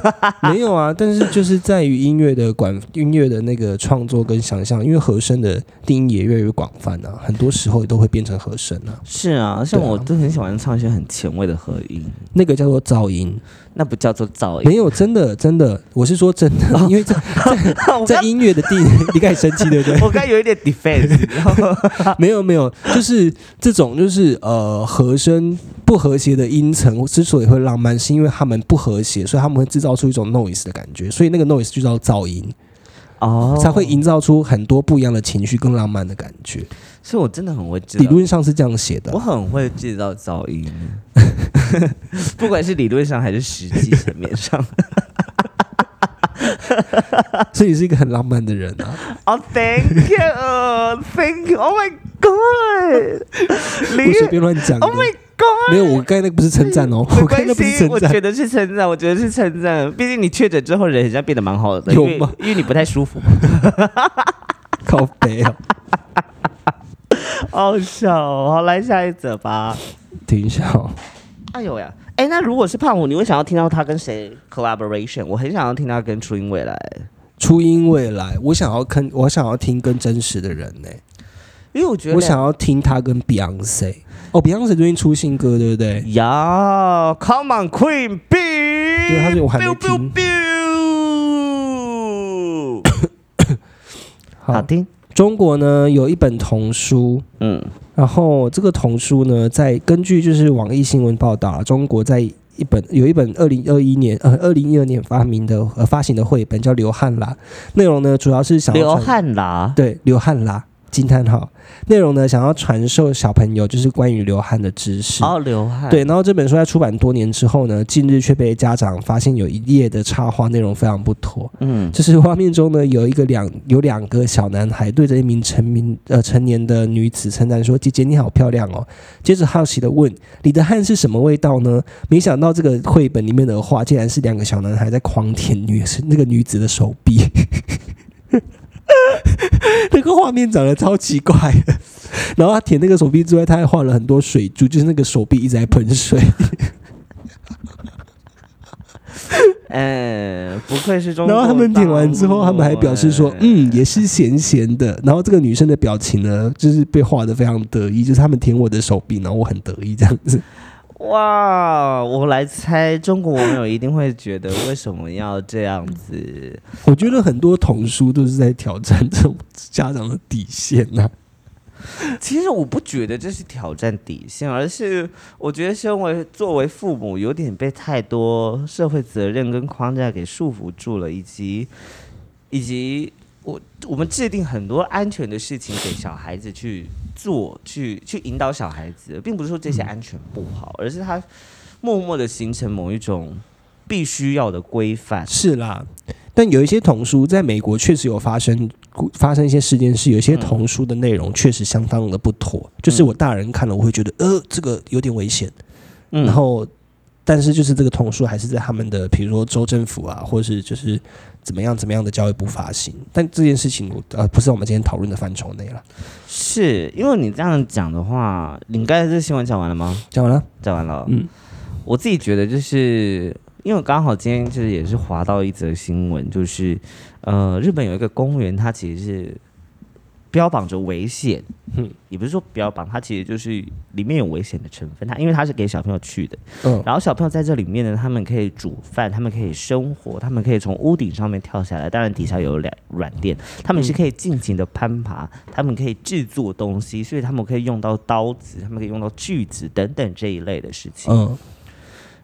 S1: 没有啊，但是就是在于音乐的管音乐的那个创作跟想象，因为和声的定义也越来越广泛啊，很多时候都会变成和声啊，
S2: 是啊，像
S1: 对啊
S2: 我都很喜欢唱一些很前卫的合音，
S1: 那个叫做噪音。
S2: 那不叫做噪音。
S1: 没有，真的真的，我是说真的，因为 在
S2: 我
S1: 在
S2: 刚
S1: 音乐的定义，你开始生气对不对？
S2: 我刚有一点 defense，然后
S1: 没有没有，就是这种就是呃和声不和谐的音层之所以会浪漫，是因为他们不和谐，所以他们会制造出一种 noise 的感觉，所以那个 noise 就叫噪音，
S2: 哦
S1: 才会营造出很多不一样的情绪跟浪漫的感觉。
S2: 所以我真的很会制
S1: 理
S2: 造，
S1: 论上是这样写的
S2: 我，很会制造噪音， 不管是理论上还是实际层面 上。
S1: 所以你是一个很浪漫的人啊。
S2: 哦、t h a n k you，Thank you，Oh Oh my God，
S1: 我
S2: 林
S1: 随便乱讲的
S2: ，Oh，my God，
S1: 没有，我刚才那个不是称赞哦，
S2: 没
S1: 我刚才
S2: 关
S1: 那不是
S2: 系，
S1: 称
S2: 我
S1: 赞，
S2: 觉得是称赞，我觉得是称赞。毕竟你确诊之后人好像变得蛮好的，
S1: 有
S2: 因为
S1: 吗
S2: 因为你不太舒服，
S1: 靠北哦。
S2: 好笑哦。好，来下一则吧。
S1: 停一下哦，
S2: 哎呦呀，哎，那如果是胖虎，你会想要听到他跟谁 collaboration？我很想要听他跟初音未来，
S1: 初音未来，我想要跟，我想要听跟真实的人呢、
S2: 因为我觉得
S1: 我想要听他跟 Beyonce。哦，Beyonce 最近出新歌，对不对？
S2: 呀，Come on Queen B，对
S1: 他是我还没听
S2: 好听，
S1: 中国呢有一本童书，
S2: 嗯，
S1: 然后这个童书呢，在根据就是网易新闻报道啊，中国在一本有一本二零二一年呃二零一二年发明的呃发行的绘本叫《流汗啦》，内容呢主要是想要
S2: 流
S1: 传
S2: 汗啦，
S1: 对，流汗啦！惊叹号。内容呢，想要传授小朋友就是关于流汗的知识。
S2: 哦，流汗，
S1: 对，然后这本书在出版多年之后呢，近日却被家长发现有一页的插画内容非常不妥，
S2: 嗯，
S1: 就是画面中呢有一个两有两个小男孩对着一名成名呃成年的女子称赞说：“姐姐你好漂亮哦。”接着好奇的问：“你的汗是什么味道呢？”没想到这个绘本里面的画竟然是两个小男孩在狂舔女那个女子的手臂。 那个画面长得超奇怪的， 然后他舔那个手臂之外，他还画了很多水珠，就是那个手臂一直在喷水。
S2: 哎，不愧是中国
S1: 然后
S2: 大陆哎。
S1: 他们舔完之后，他们还表示说，嗯，也是咸咸的。然后这个女生的表情呢，就是被画的非常得意，就是他们舔我的手臂，然后我很得意这样子。
S2: 哇，我来猜，中国网友一定会觉得为什么要这样子？
S1: 我觉得很多童书都是在挑战这种家长的底线啊呐、
S2: 其实我不觉得这是挑战底线，而是我觉得身为作为父母，有点被太多社会责任跟框架给束缚住了，以及以及我我们制定很多安全的事情给小孩子去做，去去引导小孩子，并不是说这些安全不好，而是他默默的形成某一种必须要的规范。
S1: 是啦，但有一些童书在美国确实有发生发生一些事件，是有一些童书的内容确实相当的不妥，就是我大人看了我会觉得呃这个有点危险，
S2: 嗯
S1: 然后但是就是这个童书还是在他们的比如说州政府啊，或是就是怎么样怎么样的教育部发行，但这件事情我呃不是我们今天讨论的范畴内了。
S2: 是因为你这样讲的话，你刚才这新闻讲完了吗？
S1: 讲完了，
S2: 讲完了。
S1: 嗯，
S2: 我自己觉得就是因为我刚好今天就是也是划到一则新闻，就是呃，日本有一个公园，它其实是标榜着危险，嗯，也不是说标榜，它其实就是里面有危险的成分。它因为它是给小朋友去的，
S1: 嗯，
S2: 然后小朋友在这里面呢，他们可以煮饭，他们可以生火，他们可以从屋顶上面跳下来，当然底下有软软垫，他们是可以尽情的攀爬，他们可以制作东西，所以他们可以用到刀子，他们可以用到锯子等等这一类的事情。
S1: 嗯，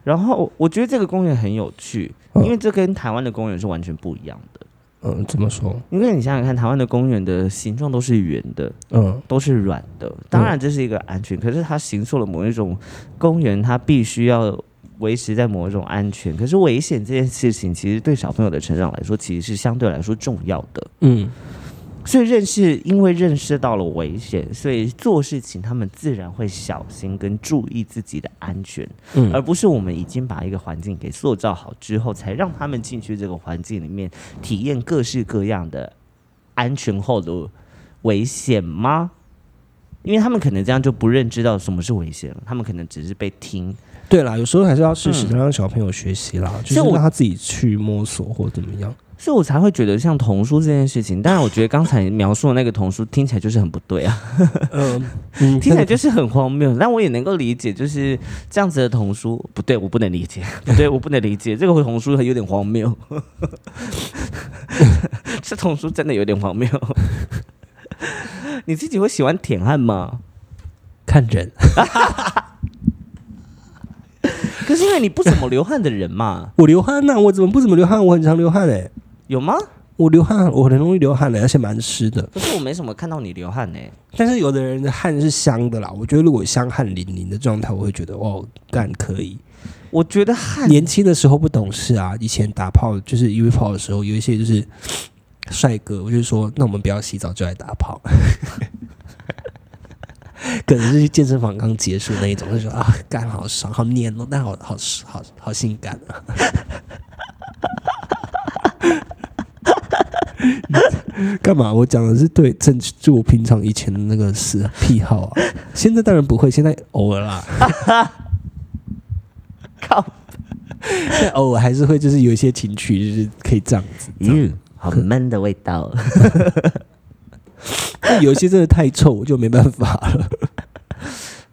S2: 然后我觉得这个公园很有趣，
S1: 嗯
S2: 因为这跟台湾的公园是完全不一样的。
S1: 嗯，怎么说？
S2: 因为你想想看，台湾的公园的形状都是圆的，
S1: 嗯
S2: 都是软的。当然这是一个安全，可是它形塑了某一种公园，它必须要维持在某一种安全。可是危险这件事情，其实对小朋友的成长来说，其实是相对来说重要的。
S1: 嗯，
S2: 所以认识，因为认识到了危险，所以做事情他们自然会小心跟注意自己的安全，
S1: 嗯
S2: 而不是我们已经把一个环境给塑造好之后，才让他们进去这个环境里面体验各式各样的安全后的危险吗？因为他们可能这样就不认知到什么是危险了，他们可能只是被听。
S1: 对啦，有时候还是要适时的让小朋友学习啦，就是
S2: 所以我
S1: 让他自己去摸索或怎么样。
S2: 所以我才会觉得像童书这件事情，当然我觉得刚才描述的那个童书听起来就是很不对啊，
S1: 嗯嗯，
S2: 听起来就是很荒谬。但我也能够理解，就是这样子的童书不对，我不能理解，不对，我不能理解这个童书有点荒谬， 这童书真的有点荒谬。你自己会喜欢舔汗吗？
S1: 看人，
S2: 可是因为你不怎么流汗的人嘛，
S1: 我流汗呐、啊我怎么不怎么流汗？我很常流汗哎、
S2: 有吗？
S1: 我流汗，我很容易流汗欸的，而且蛮湿的。
S2: 可是我没什么看到你流汗欸呢、
S1: 但是有的人的汗是香的啦，我觉得如果香汗淋漓的状态，我会觉得哦，干可以。
S2: 我觉得汗
S1: 年轻的时候不懂事啊，以前打炮就是约炮的时候，有一些就是 帅哥，我就说那我们不要洗澡就来打炮。 可能是去健身房刚结束那一种，就说啊，干好爽，好黏哦，但好好好好性感啊。 干嘛？我讲的是对正，就我平常以前的那个是癖好啊。现在当然不会，现在偶尔啦，
S2: 靠，
S1: 现在 偶尔还是会，就是有一些情趣，就是可以这样子。
S2: 嗯，好闷的味道。
S1: 但有一些真的太臭，我就没办法了。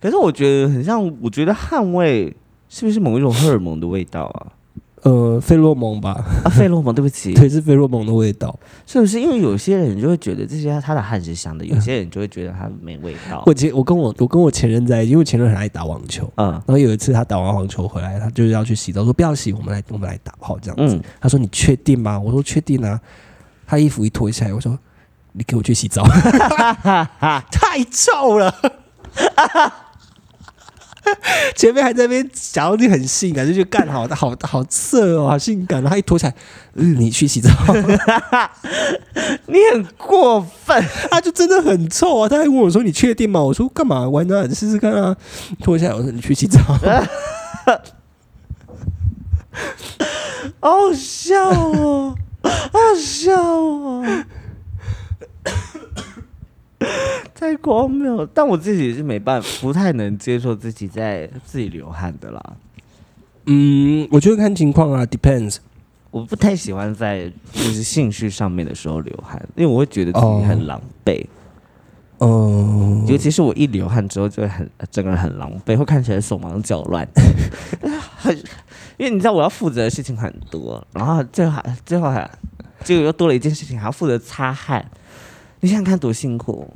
S2: 可是我觉得很像，我觉得汗味是不是某一种荷尔蒙的味道啊？
S1: 呃，费洛蒙吧，
S2: 啊，费洛蒙，对不起，
S1: 对，是费洛蒙的味道。
S2: 是不是？因为有些人就会觉得这些他的汗是香的，有些人就会觉得它没味道
S1: 我。前我跟我我跟我前任在一起，因为我前任很爱打网球。
S2: 嗯
S1: 然后有一次他打完网球回来，他就是要去洗澡，我说不要洗，我们来我们来打炮这样子。
S2: 嗯，
S1: 他说你确定吗？我说确定啊。他衣服一脱下来，我说你给我去洗 澡，太臭了。 前面还在那边假装你很性感，就去干好好好色哦，好性感。然后他一脱下来，嗯，你去洗澡，
S2: 你很过分。
S1: 他就真的很臭啊！他还问我说：“你确定吗？”我说：“干嘛玩呢？你试试看啊！”脱下来，我说：“你去洗澡。
S2: 好好笑哦，好好笑哦，太荒谬了。但我自己是没办法，不太能接受自己在自己流汗的啦。”
S1: 嗯，我觉得看情况啊，depends。
S2: 我不太喜欢在就是兴趣上面的时候流汗，因为我会觉得自己很狼狈，
S1: 嗯、
S2: 尤其是我一流汗之后就会很呃整个人很狼狈，会看起来手忙脚乱， 很，因为你知道我要负责的事情很多，然后最后还最后还结果又多了一件事情，还要负责擦汗，你想想看多辛苦，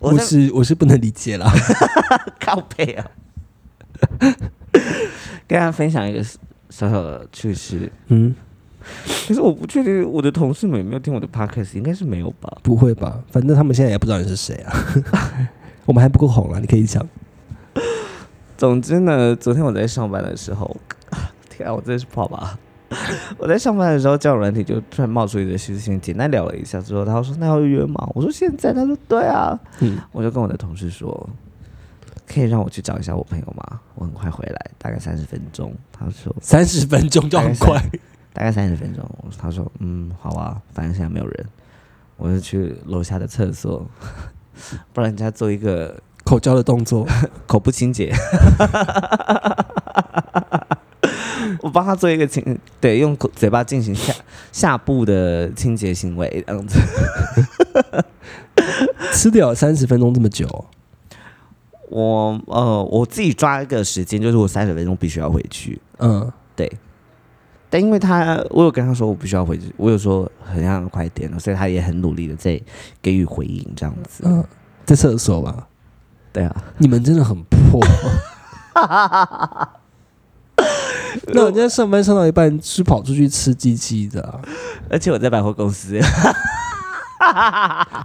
S2: 我
S1: 我
S2: 在
S1: 是我是不能理解啦。
S2: 靠背啊， 跟大家分享一个小小的趣事，
S1: 嗯，
S2: 可是我不确定我的同事们有没有听我的 podcast，应该是没有吧。
S1: 不会吧？反正他们现在也不知道你是谁啊。 我们还不够红啦，啊你可以讲。
S2: 总之呢，昨天我在上班的时候， 天啊，我真的是不好吧？ 我在上班的时候，交友软体就突然冒出一个事情，简单聊了一下之后，他说：“那要约吗？”我说：“现在。”他说：“对啊。
S1: 嗯，”
S2: 我就跟我的同事说：“可以让我去找一下我朋友吗？我很快回来，大概三十分钟。”他说
S1: 三十分钟就很快。
S2: 大概三十分钟。我他说嗯，好啊，反正现在没有人，我就去楼下的厕所， 帮人家做一个
S1: 口交的动作，
S2: 口部清洁。 我帮他做一个清，对，用口嘴巴进行下下部的清洁行为，这样子。
S1: 吃掉三十分钟这么久，
S2: 我呃，我自己抓一个时间，就是我三十分钟必须要回去。
S1: 嗯，
S2: 对，但因为他，我有跟他说我必须要回去，我有说很想快点，所以他也很努力的在给予回应，这样子。
S1: 嗯在厕所吧。
S2: 对啊，
S1: 你们真的很破。那人家上班上到一半是跑出去吃鸡鸡的啊、
S2: 而且我在百货公司，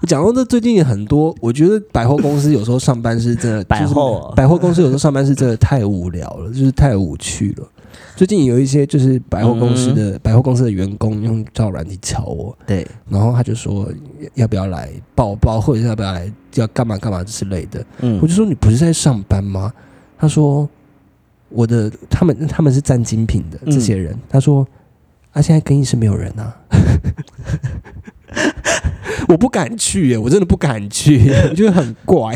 S1: 讲到这，最近也很多，我觉得百货公司有时候上班是真的，
S2: 百货
S1: 就是百货公司有时候上班是真的太无聊了，就是太无趣了。最近有一些就是百货公司的、百货公司的员工用照软体敲我，
S2: 嗯对，
S1: 然后他就说要不要来抱抱，或者是要不要来要干嘛干嘛之类的。
S2: 嗯
S1: 我，就说你不是在上班吗？他说我的他们他们是占精品的
S2: 嗯
S1: 这些人，他说啊现在更衣室没有人啊。 我不敢去耶，我真的不敢 去，我觉得很怪，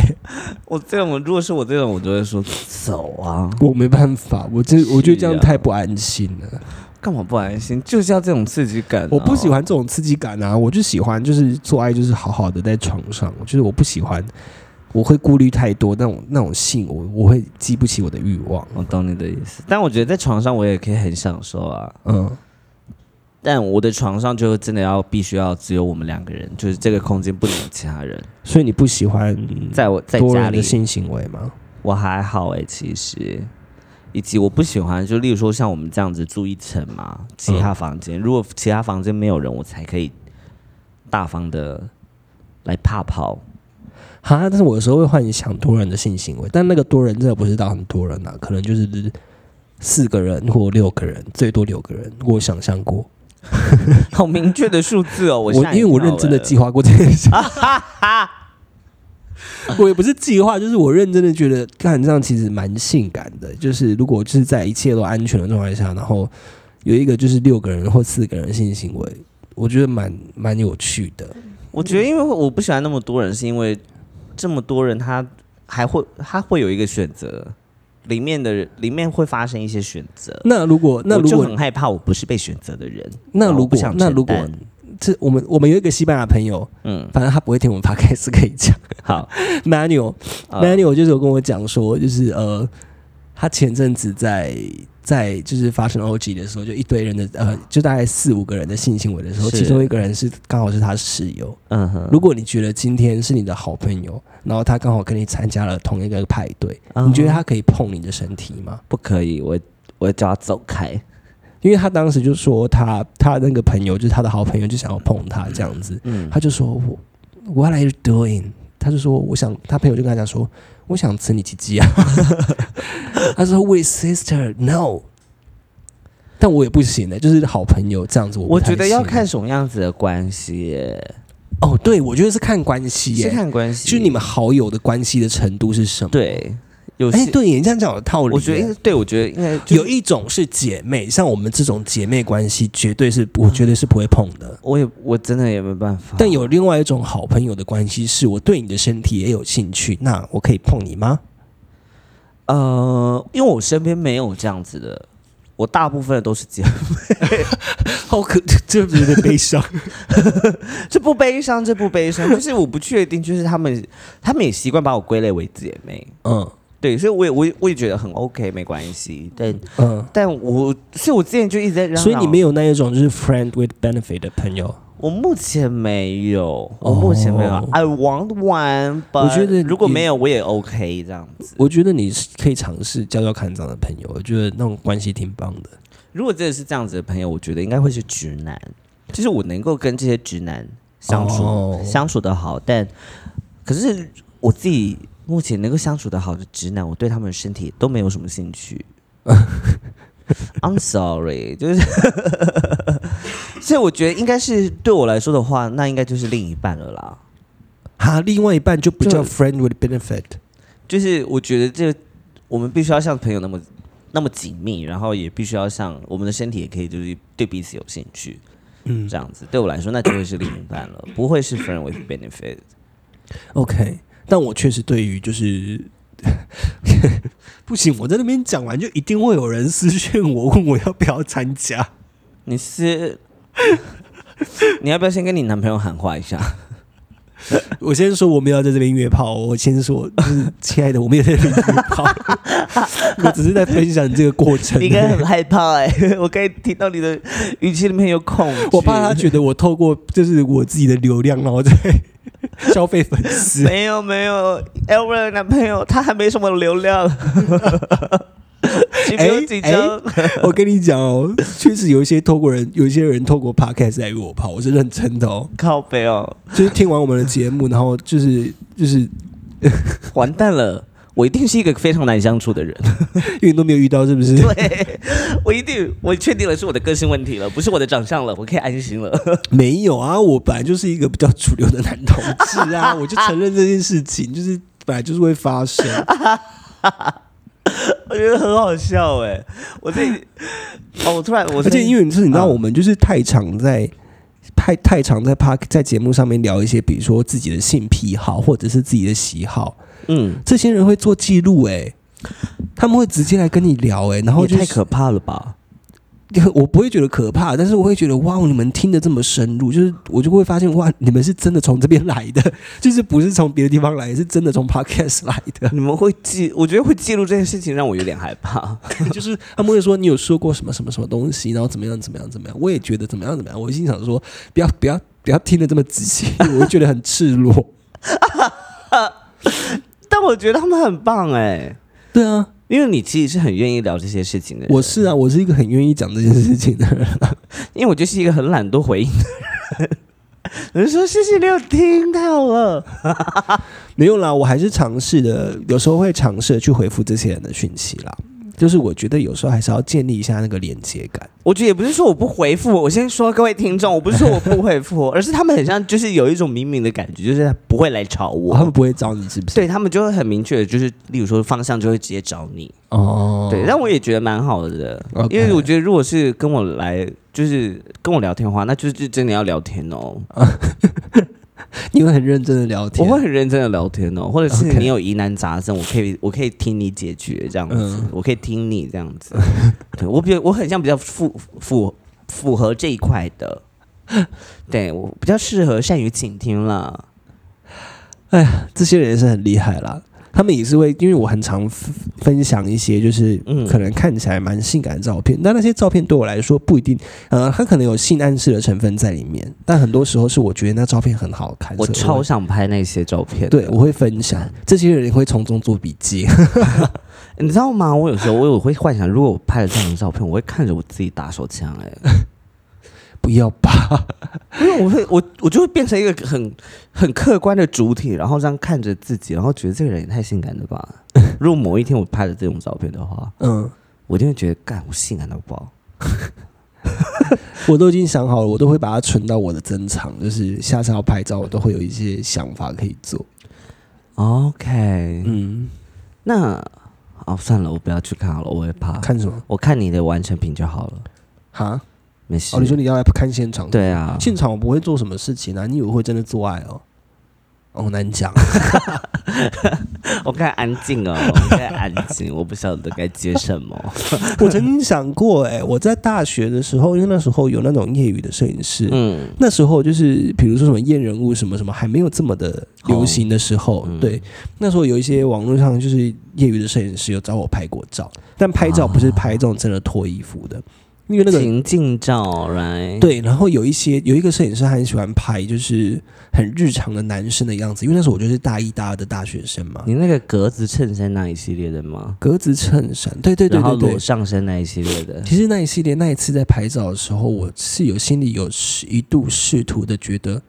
S2: 我这种如果是我这种，我就会说走啊，
S1: 我没办法，我这我觉得这样
S2: 是啊
S1: 太不安心了，
S2: 干嘛不安心？就是要这种刺激感啊、
S1: 我不喜欢这种刺激感啊，我就喜欢就是做爱就是好好的在床上，就是我不喜欢，我会顾虑太多那种那种性，我我会激不起我的欲望，
S2: 我懂你的意思，但我觉得在床上我也可以很享受啊。
S1: 嗯，
S2: 但我的床上就真的要必须要只有我们两个人，就是这个空间不能有其他人。
S1: 所以你不喜欢
S2: 在我在
S1: 多
S2: 家
S1: 人
S2: 里
S1: 的，性行为吗？
S2: 我还好哎、其实，以及我不喜欢，就例如说像我们这样子住一层嘛，其他房间、如果其他房间没有人，我才可以大方的来怕 跑。
S1: 哈，但是我有时候会幻想多人的性行为，但那个多人真的不是到很多人啊，可能就是四个人或六个人，最多六个人，我有想象过。
S2: 好明确的数字哦，
S1: 我
S2: 我吓一
S1: 因为我
S2: 跳
S1: 认真的
S2: 欸
S1: 计划过这件 事，我也不是计划，就是我认真的觉得，看这样其实蛮性感的。就是如果就是在一切都安全的状态下，然后有一个就是六个人或四个人的性行为，我觉得蛮蛮有趣的。
S2: 我觉得，因为我不喜欢那么多人，是因为这么多人，他还会他会有一个选择，里面的人里面会发生一些选择。
S1: 那如果那
S2: 我
S1: 如
S2: 就
S1: 果
S2: 很害怕，我不是被选择的人。
S1: 那
S2: 然后
S1: 如
S2: 我不
S1: 果
S2: 想
S1: 那
S2: 承
S1: 如果
S2: 担
S1: 这我们我们有一个西班牙朋友，
S2: 嗯，
S1: 反正他不会听我们 podcast 可以讲。
S2: 好，
S1: Manuel
S2: 呃
S1: Manuel 就是有跟我讲说，就是呃，他前阵子在在就是发生 OG 的时候，就一堆人的呃，就大概四五个人的性行为的时候，
S2: 是
S1: 其中一个人是刚好是他室友。
S2: 嗯哼，
S1: 如果你觉得今天是你的好朋友，然后他刚好跟你参加了同一个派对，
S2: 嗯哼
S1: 你觉得他可以碰你的身体吗？
S2: 不可以，我我要叫他走开。
S1: 因为他当时就说他他那个朋友就是他的好朋友就想要碰他这样子，
S2: 嗯，
S1: 他就说我 What are you doing？他就说我想，他朋友就跟他讲说我想吃你鸡鸡啊。 他说 With sister no，但我也不行的、欸就是好朋友这样子我，
S2: 我觉得要看。什么样子的关系耶，
S1: 哦，对，我觉得是看关系耶、
S2: 是看关系，
S1: 就是你们好友的关系的程度是什么？，
S2: 对有
S1: 哎、
S2: 些，
S1: 对，你这样讲有道理耶、
S2: 我觉得应该对，我觉得应该就是
S1: 有一种是姐妹，像我们这种姐妹关系，绝对是我绝对是不会碰的。
S2: 我也我真的也没办法，
S1: 但有另外一种好朋友的关系，是我对你的身体也有兴趣，那我可以碰你吗？
S2: 呃，因为我身边没有这样子的，我大部分的都是姐，
S1: 好可， 这不是有点悲伤。
S2: 这不悲伤，这不 悲伤，就是我不确定，就是他们，他们也习惯把我归类为姐妹，
S1: 嗯
S2: 对，所以我也我也我也觉得很 OK，没关系，但
S1: 嗯，
S2: 但我，所以我之前就一直在嚷
S1: 所以你没
S2: 有，
S1: 有那一种就是 friend with benefit 的朋友，
S2: 我目前没有，我目前没有、
S1: 哦
S2: i want one，but
S1: 我觉得
S2: 如果
S1: 你
S2: 没有我也 OK 这样子，
S1: 我觉得你是可以尝试交交看这样的朋友，我觉得那种关系挺棒的。
S2: 如果真的是这样子的朋友，我觉得应该会是直男，就是我能够跟这些直男相处、
S1: 哦
S2: 相处的好，但可是我自己目前能够相处的好的直男，我对他们的身体都没有什么兴趣。I'm sorry，就是， 所以我觉得应该是对我来说的话，那应该就是另一半了啦。
S1: 哈，另外一半就不
S2: 就
S1: 叫 friend with benefit，
S2: 就是我觉得这我们必须要像朋友那么那么紧密，然后也必须要像我们的身体也可以就是对彼此有兴趣，嗯，这样子对我来说那就会是另一半了，不会是 friend with benefit。
S1: 嗯 OK，但我确实对于就是。 不行，我在那边讲完就一定会有人私讯我，问我要不要参 加。
S2: 你是你要不要先跟你男朋友喊 话一下？
S1: 我先说我没有在这边约炮，我先说，就是亲爱的，我没有在这边约炮，我只是在分享这个过程。
S2: 你应该很害怕哎、 我刚才听到你的语气里面有恐惧，
S1: 我怕他觉得我透过就是我自己的流量，然后 在消费粉丝。
S2: 没有没有 e l v i n 的男朋友他还没什么流 量， 请不用紧张。
S1: 我跟你讲哦，确实有一些透过人，有一些人透过 podcast 来约我跑，我是认真的哦。
S2: 靠北哦，
S1: 就是听完我们的节目，然后就是就是
S2: 完蛋了，我一定是一个非常难相处的人。
S1: 因为你都没有遇到，是不是？
S2: 对，我一定，我确定了是我的个性问题了，不是我的长相了，我可以安心了。
S1: 没有啊，我本来就是一个比较主流的男同志 啊，我就承认这件事情，就是本来就是会发生。
S2: 我觉得很好笑哎、 我这哦，我突然，我
S1: 而且因
S2: 为
S1: 为你是你知道，
S2: 嗯
S1: 我们就是太常在。太太常在 park 在节目上面聊一些，比如说自己的性癖好或者是自己的喜好，
S2: 嗯，
S1: 这些人会做记录哎、他们会直接来跟你聊哎、然后
S2: 也
S1: 就
S2: 太
S1: 是
S2: 可怕了吧？
S1: 我不会觉得可怕，但是我会觉得哇，你们听得这么深入，就是我就会发现哇，你们是真的从这边来的， 就是不是从别的地方来，是真的从 podcast 来 的。
S2: 你们会记，我觉得会记录这件事情让我有点害 怕。
S1: 就是他们会说你有说过什么什么什么东西，然后怎么样怎么样怎么样，我也觉得怎么样怎么样，我心想说不要不要不要听得这么仔细，我会觉得很赤裸。
S2: 但我觉得他们很棒哎，
S1: 对啊，
S2: 因为你其实是很愿意聊这些事情的人。
S1: 我是啊，我是一个很愿意讲这件事情的人。
S2: 因为我就是一个很懒惰回应的人。 我就说谢谢你有听到了，
S1: 没有啦，我还是尝试的，有时候会尝试地去回复这些人的讯息啦。就是我觉得有时候还是要建立一下那个连接感。
S2: 我觉得也不是说我不回复，我先说各位听众，我不是说我不回 复，而是他们很像就是有一种明明的感觉，就是他不会来找我，
S1: 他们不会找你是不是？
S2: 对他们就会很明确的，就是例如说方向就会直接找你，
S1: 哦，
S2: 对，但我也觉得蛮好的
S1: OK
S2: 因为我觉得如果是跟我来就是跟我聊天的话，那就是真的要聊天哦，
S1: 你会很认真的聊
S2: 我
S1: 天，
S2: 会很认真的聊天哦，或者是
S1: OK
S2: 你有疑难杂症，我可以我可以听你解决这样子，
S1: 嗯
S2: 我可以听你这样子。对我比较我很像比较符符符合这一块的，对我比较适合善于倾听啦。
S1: 这些人也是很厉害啦。他们也是会，因为我很常分分享一些，就是
S2: 嗯
S1: 可能看起来蛮性感的照片，但那些照片对我来说不一定，呃，它可能有性暗示的成分在里面，但很多时候是我觉得那照片很好看，
S2: 我
S1: 所以
S2: 超想拍那些照片，
S1: 对，我会分享，这些人也会从中做笔记。
S2: 你知道吗？我有时候我有会幻想，如果我拍了这样的照片，我会看着我自己打手枪、 哎，
S1: 不要吧，
S2: 因为我会我我就会变成一个很很客观的主体，然后这样看着自己，然后觉得这个人也太性感 了吧。如果某一天我拍了这种照片的话，
S1: 嗯，
S2: 我一定会觉得，干，我性感到爆。
S1: 我都已经想好了，我都会把它存到我的珍藏，就是下次要拍照，我都会有一些想法可以做。
S2: OK，、
S1: 嗯，
S2: 那哦，算了，我不要去看好了，我会怕。
S1: 看什么？
S2: 我看你的完成品就好了，
S1: 哈？
S2: 没事。
S1: 哦，你说你要来看现场？，
S2: 啊对啊，
S1: 现场我不会做什么事情啊，你以为我会真的做爱哦？哦，难 讲。
S2: 我该安静 哦，我该安静，我不晓得该接什么。
S1: 我曾经想过、哎，我在大学的时候，因为那时候有那种业余的摄影师，
S2: 嗯，
S1: 那时候就是比如说什么验人物什么什么还没有这么的流行的时候，
S2: 哦嗯
S1: 对，那时候有一些网络上就是业余的摄影师有找我拍过照，但拍照不是拍这种真的脱衣服的，因为那个
S2: 情境照，right？，
S1: 对，然后有一些有一个摄影师他很喜欢拍就是很日常的男生的样子，因为那时候我就是大一大二的大学生嘛，
S2: 你那个格子衬衫那一系列的吗？
S1: 格子衬衫，对对对
S2: 然后
S1: 对对
S2: 裸。嗯上身那一系列的。
S1: 其实那一系列那一次在拍照的时候，我是有心里有试一度试图的觉得，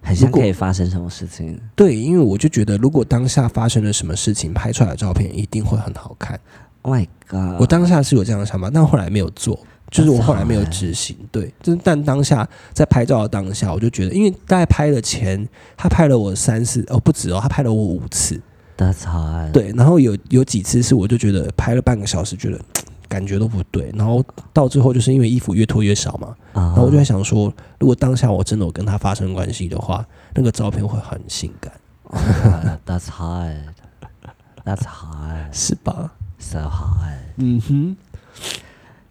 S2: 很像
S1: 如果
S2: 可以发生什么事情，
S1: 对，因为我就觉得如果当下发生了什么事情，拍出来的照片一定会很好看。
S2: ？Oh my god！
S1: 我当下是有这样的想法，但后来没有做，就是我后来没有执行。对，就是但当下在拍照的当下，我就觉得，因为大概拍了前，他拍了我三次哦，不止哦，他拍了我五次。
S2: That's hard。
S1: 对，然后有有几次是我就觉得拍了半个小时，觉得感觉都不对，然后到最后就是因为衣服越脱越少嘛，
S2: 啊，
S1: 然后我就在想说，如果当下我真的有跟他发生关系的话，那个照片会很性感，
S2: That's Oh hard. That's hard.
S1: 是吧？
S2: So hard.
S1: 嗯哼，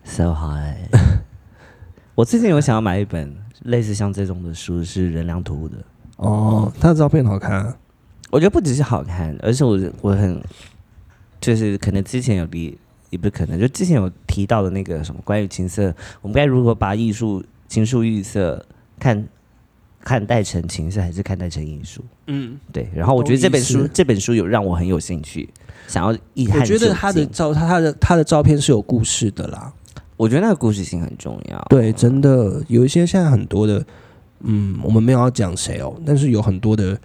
S2: So hard. 我最近有想要买一本类似像这种的书，是人梁图的。
S1: 哦，他的照片好看、啊，
S2: 我觉得不只是好看，而且我我很就是可能之前有提，也不是可能，就之前有提到的那个什么关于情色，我们该如何把艺术情愫异色看看待成情色，还是看待成艺术？
S1: 嗯，
S2: 对。然后我觉得这本
S1: 懂
S2: 书
S1: 意思
S2: 这本书有让我很有兴趣，想要一探
S1: 哦我觉
S2: 究
S1: 得他的
S2: 竟
S1: 照他他的他的照片是有故事的啦，哦
S2: 我觉得那个故事性很重要。
S1: 对，真的有一些现在很多的，嗯，我们没有要讲谁哦，但是有很多的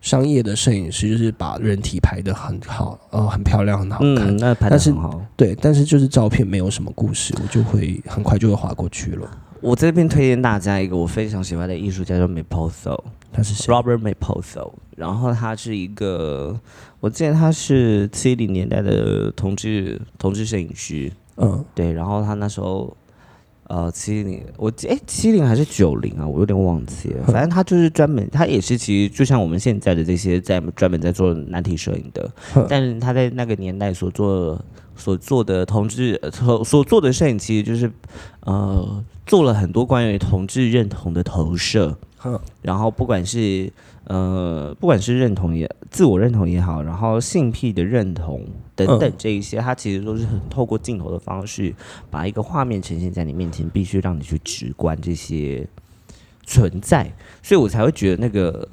S1: 商业的摄影师就是把人体排的很好，呃，很漂亮，很好看。
S2: 嗯，那拍的
S1: 但是
S2: 很好。
S1: 对，但是就是照片没有什么故事，我就会很快就会划过去了。
S2: 我这边推荐大家一个我非常喜欢的艺术家，叫 Maposo，Robert
S1: 他是谁？
S2: Maposo。然后他是一个，我记得他是七零年代的同志同志摄影师，
S1: 嗯
S2: 对。然后他那时候呃七零，我记哎七零还是九零啊，我有点忘记了。反正他就是专门，他也是其实就像我们现在的这些在专门在做难题摄影的
S1: 哼，
S2: 但他在那个年代所做所做的同志呃所所做的摄影，其实就是呃做了很多关于同志认同的投射。
S1: 哼
S2: 然后不管是呃，不管是认同也自我认同也好，然后性癖的认同等等
S1: 嗯
S2: 这一些，它其实都是很透过镜头的方式，把一个画面呈现在你面前，必须让你去直观这些存在，所以我才会觉得那个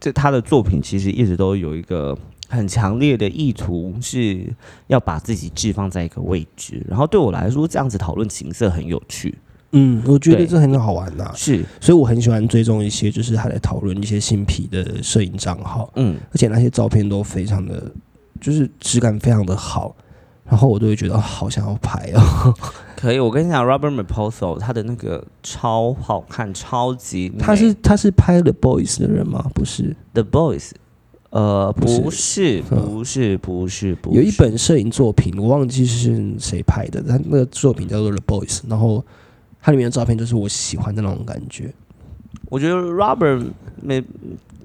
S2: 这他的作品其实一直都有一个很强烈的意图，是要把自己置放在一个位置。然后对我来说，这样子讨论情色很有趣，
S1: 嗯，我觉得
S2: 对
S1: 这很好玩呐、
S2: 是，
S1: 所以我很喜欢追踪一些就是他在讨论一些新皮的摄影账号，
S2: 嗯，
S1: 而且那些照片都非常的，就是质感非常的好，然后我都会觉得、哦好想要拍 哦。
S2: 可以，我跟你讲，Robert Maposo 他的那个超好看，超级美
S1: 他是他是拍 The Boys 的人吗？不是，
S2: The Boys，呃，
S1: 不
S2: 不是，
S1: 嗯
S2: 不是，不是，不是，
S1: 有一本摄影作品，我忘记是谁拍的，他那个作品叫做 The Boys，然后它里面的照片就是我喜欢的那种感觉。
S2: 我觉得 Robert 梅，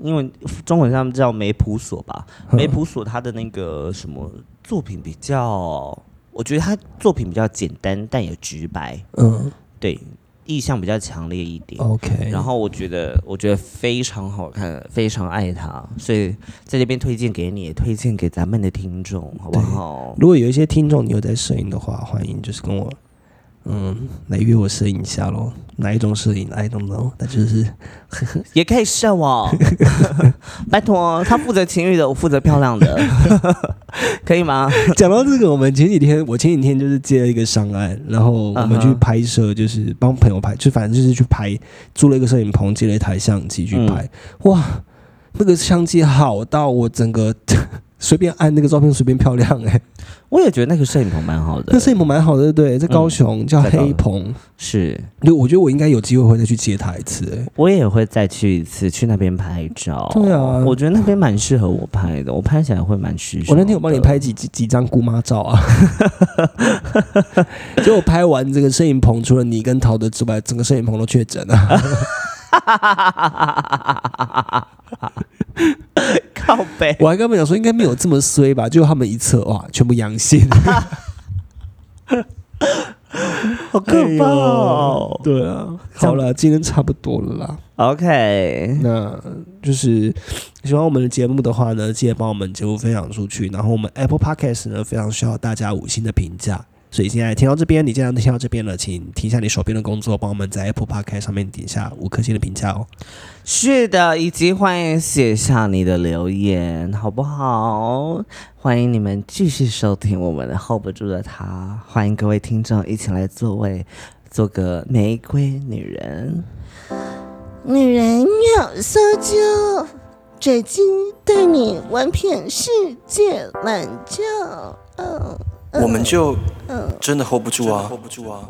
S2: 因为中文上叫梅普索吧，
S1: 嗯
S2: 梅普索他的那个什么作品比较，我觉得他作品比较简单，但也直白，
S1: 嗯
S2: 对，意向比较强烈一点。
S1: ，OK，
S2: 然后我觉得，我觉得非常好看，非常爱他，所以在这边推荐给你，也推荐给咱们的听众，好不好？
S1: 如果有一些听众你有在摄影的话，欢迎就是跟我，嗯，来约我摄影一下喽。哪一种摄影？I don't know，那就是
S2: 也可以射 我，拜托，他负责情欲的，我负责漂亮 的，可以吗？
S1: 讲到这个，我们前几天我前几天就是接了一个商案，然后我们
S2: 嗯
S1: 去
S2: 哼
S1: 拍摄，就是帮朋友拍，就反正就是去拍，租了一个摄影棚，借了一台相机去拍。
S2: 嗯
S1: 哇，那个相机好到我整个随便按那个照片随便漂亮哎、
S2: 我也觉得那个摄影棚蛮好的，
S1: 那摄影棚蛮好的，对不对？在高雄、叫
S2: 嗯在高雄
S1: 黑棚，
S2: 是
S1: 就我觉得我应该有机会会再去接他一次哎、
S2: 我也会再去一次，去那边拍照。
S1: 对啊
S2: 我觉得那边蛮适合我拍的，我拍起来会蛮适手。
S1: 我那天有帮你，拍
S2: 啊
S1: 几几几张姑妈照啊， 就我拍完这个摄影棚，除了你跟陶德之外，整个摄影棚都确诊啊了。
S2: 靠背，
S1: 我还跟他们讲说，应该没有这么衰吧？结果他们一测，哇，全部阳性，
S2: 好可怕哦。
S1: 对啊，好了，今天差不多了啦。
S2: OK，
S1: 那就是喜欢我们的节目的话呢，记得帮我们节目分享出去。然后我们 Apple Podcast 呢，非常需要大家五星的评价。所以现在听到这边，你既然听到这边了，请停下你手边的工作，帮我们在 Apple Podcast 上面点下五颗星的评价哦。
S2: 是的，以及欢迎写下你的留言，好不好？欢迎你们继续收听我们的 hold 不住的他，欢迎各位听众一起来座位，做个玫瑰女人。
S4: 女人有搜究，水晶带你玩遍世界懒觉。嗯、嗯
S3: 我们就真的 hold 不住啊！hold 不住啊！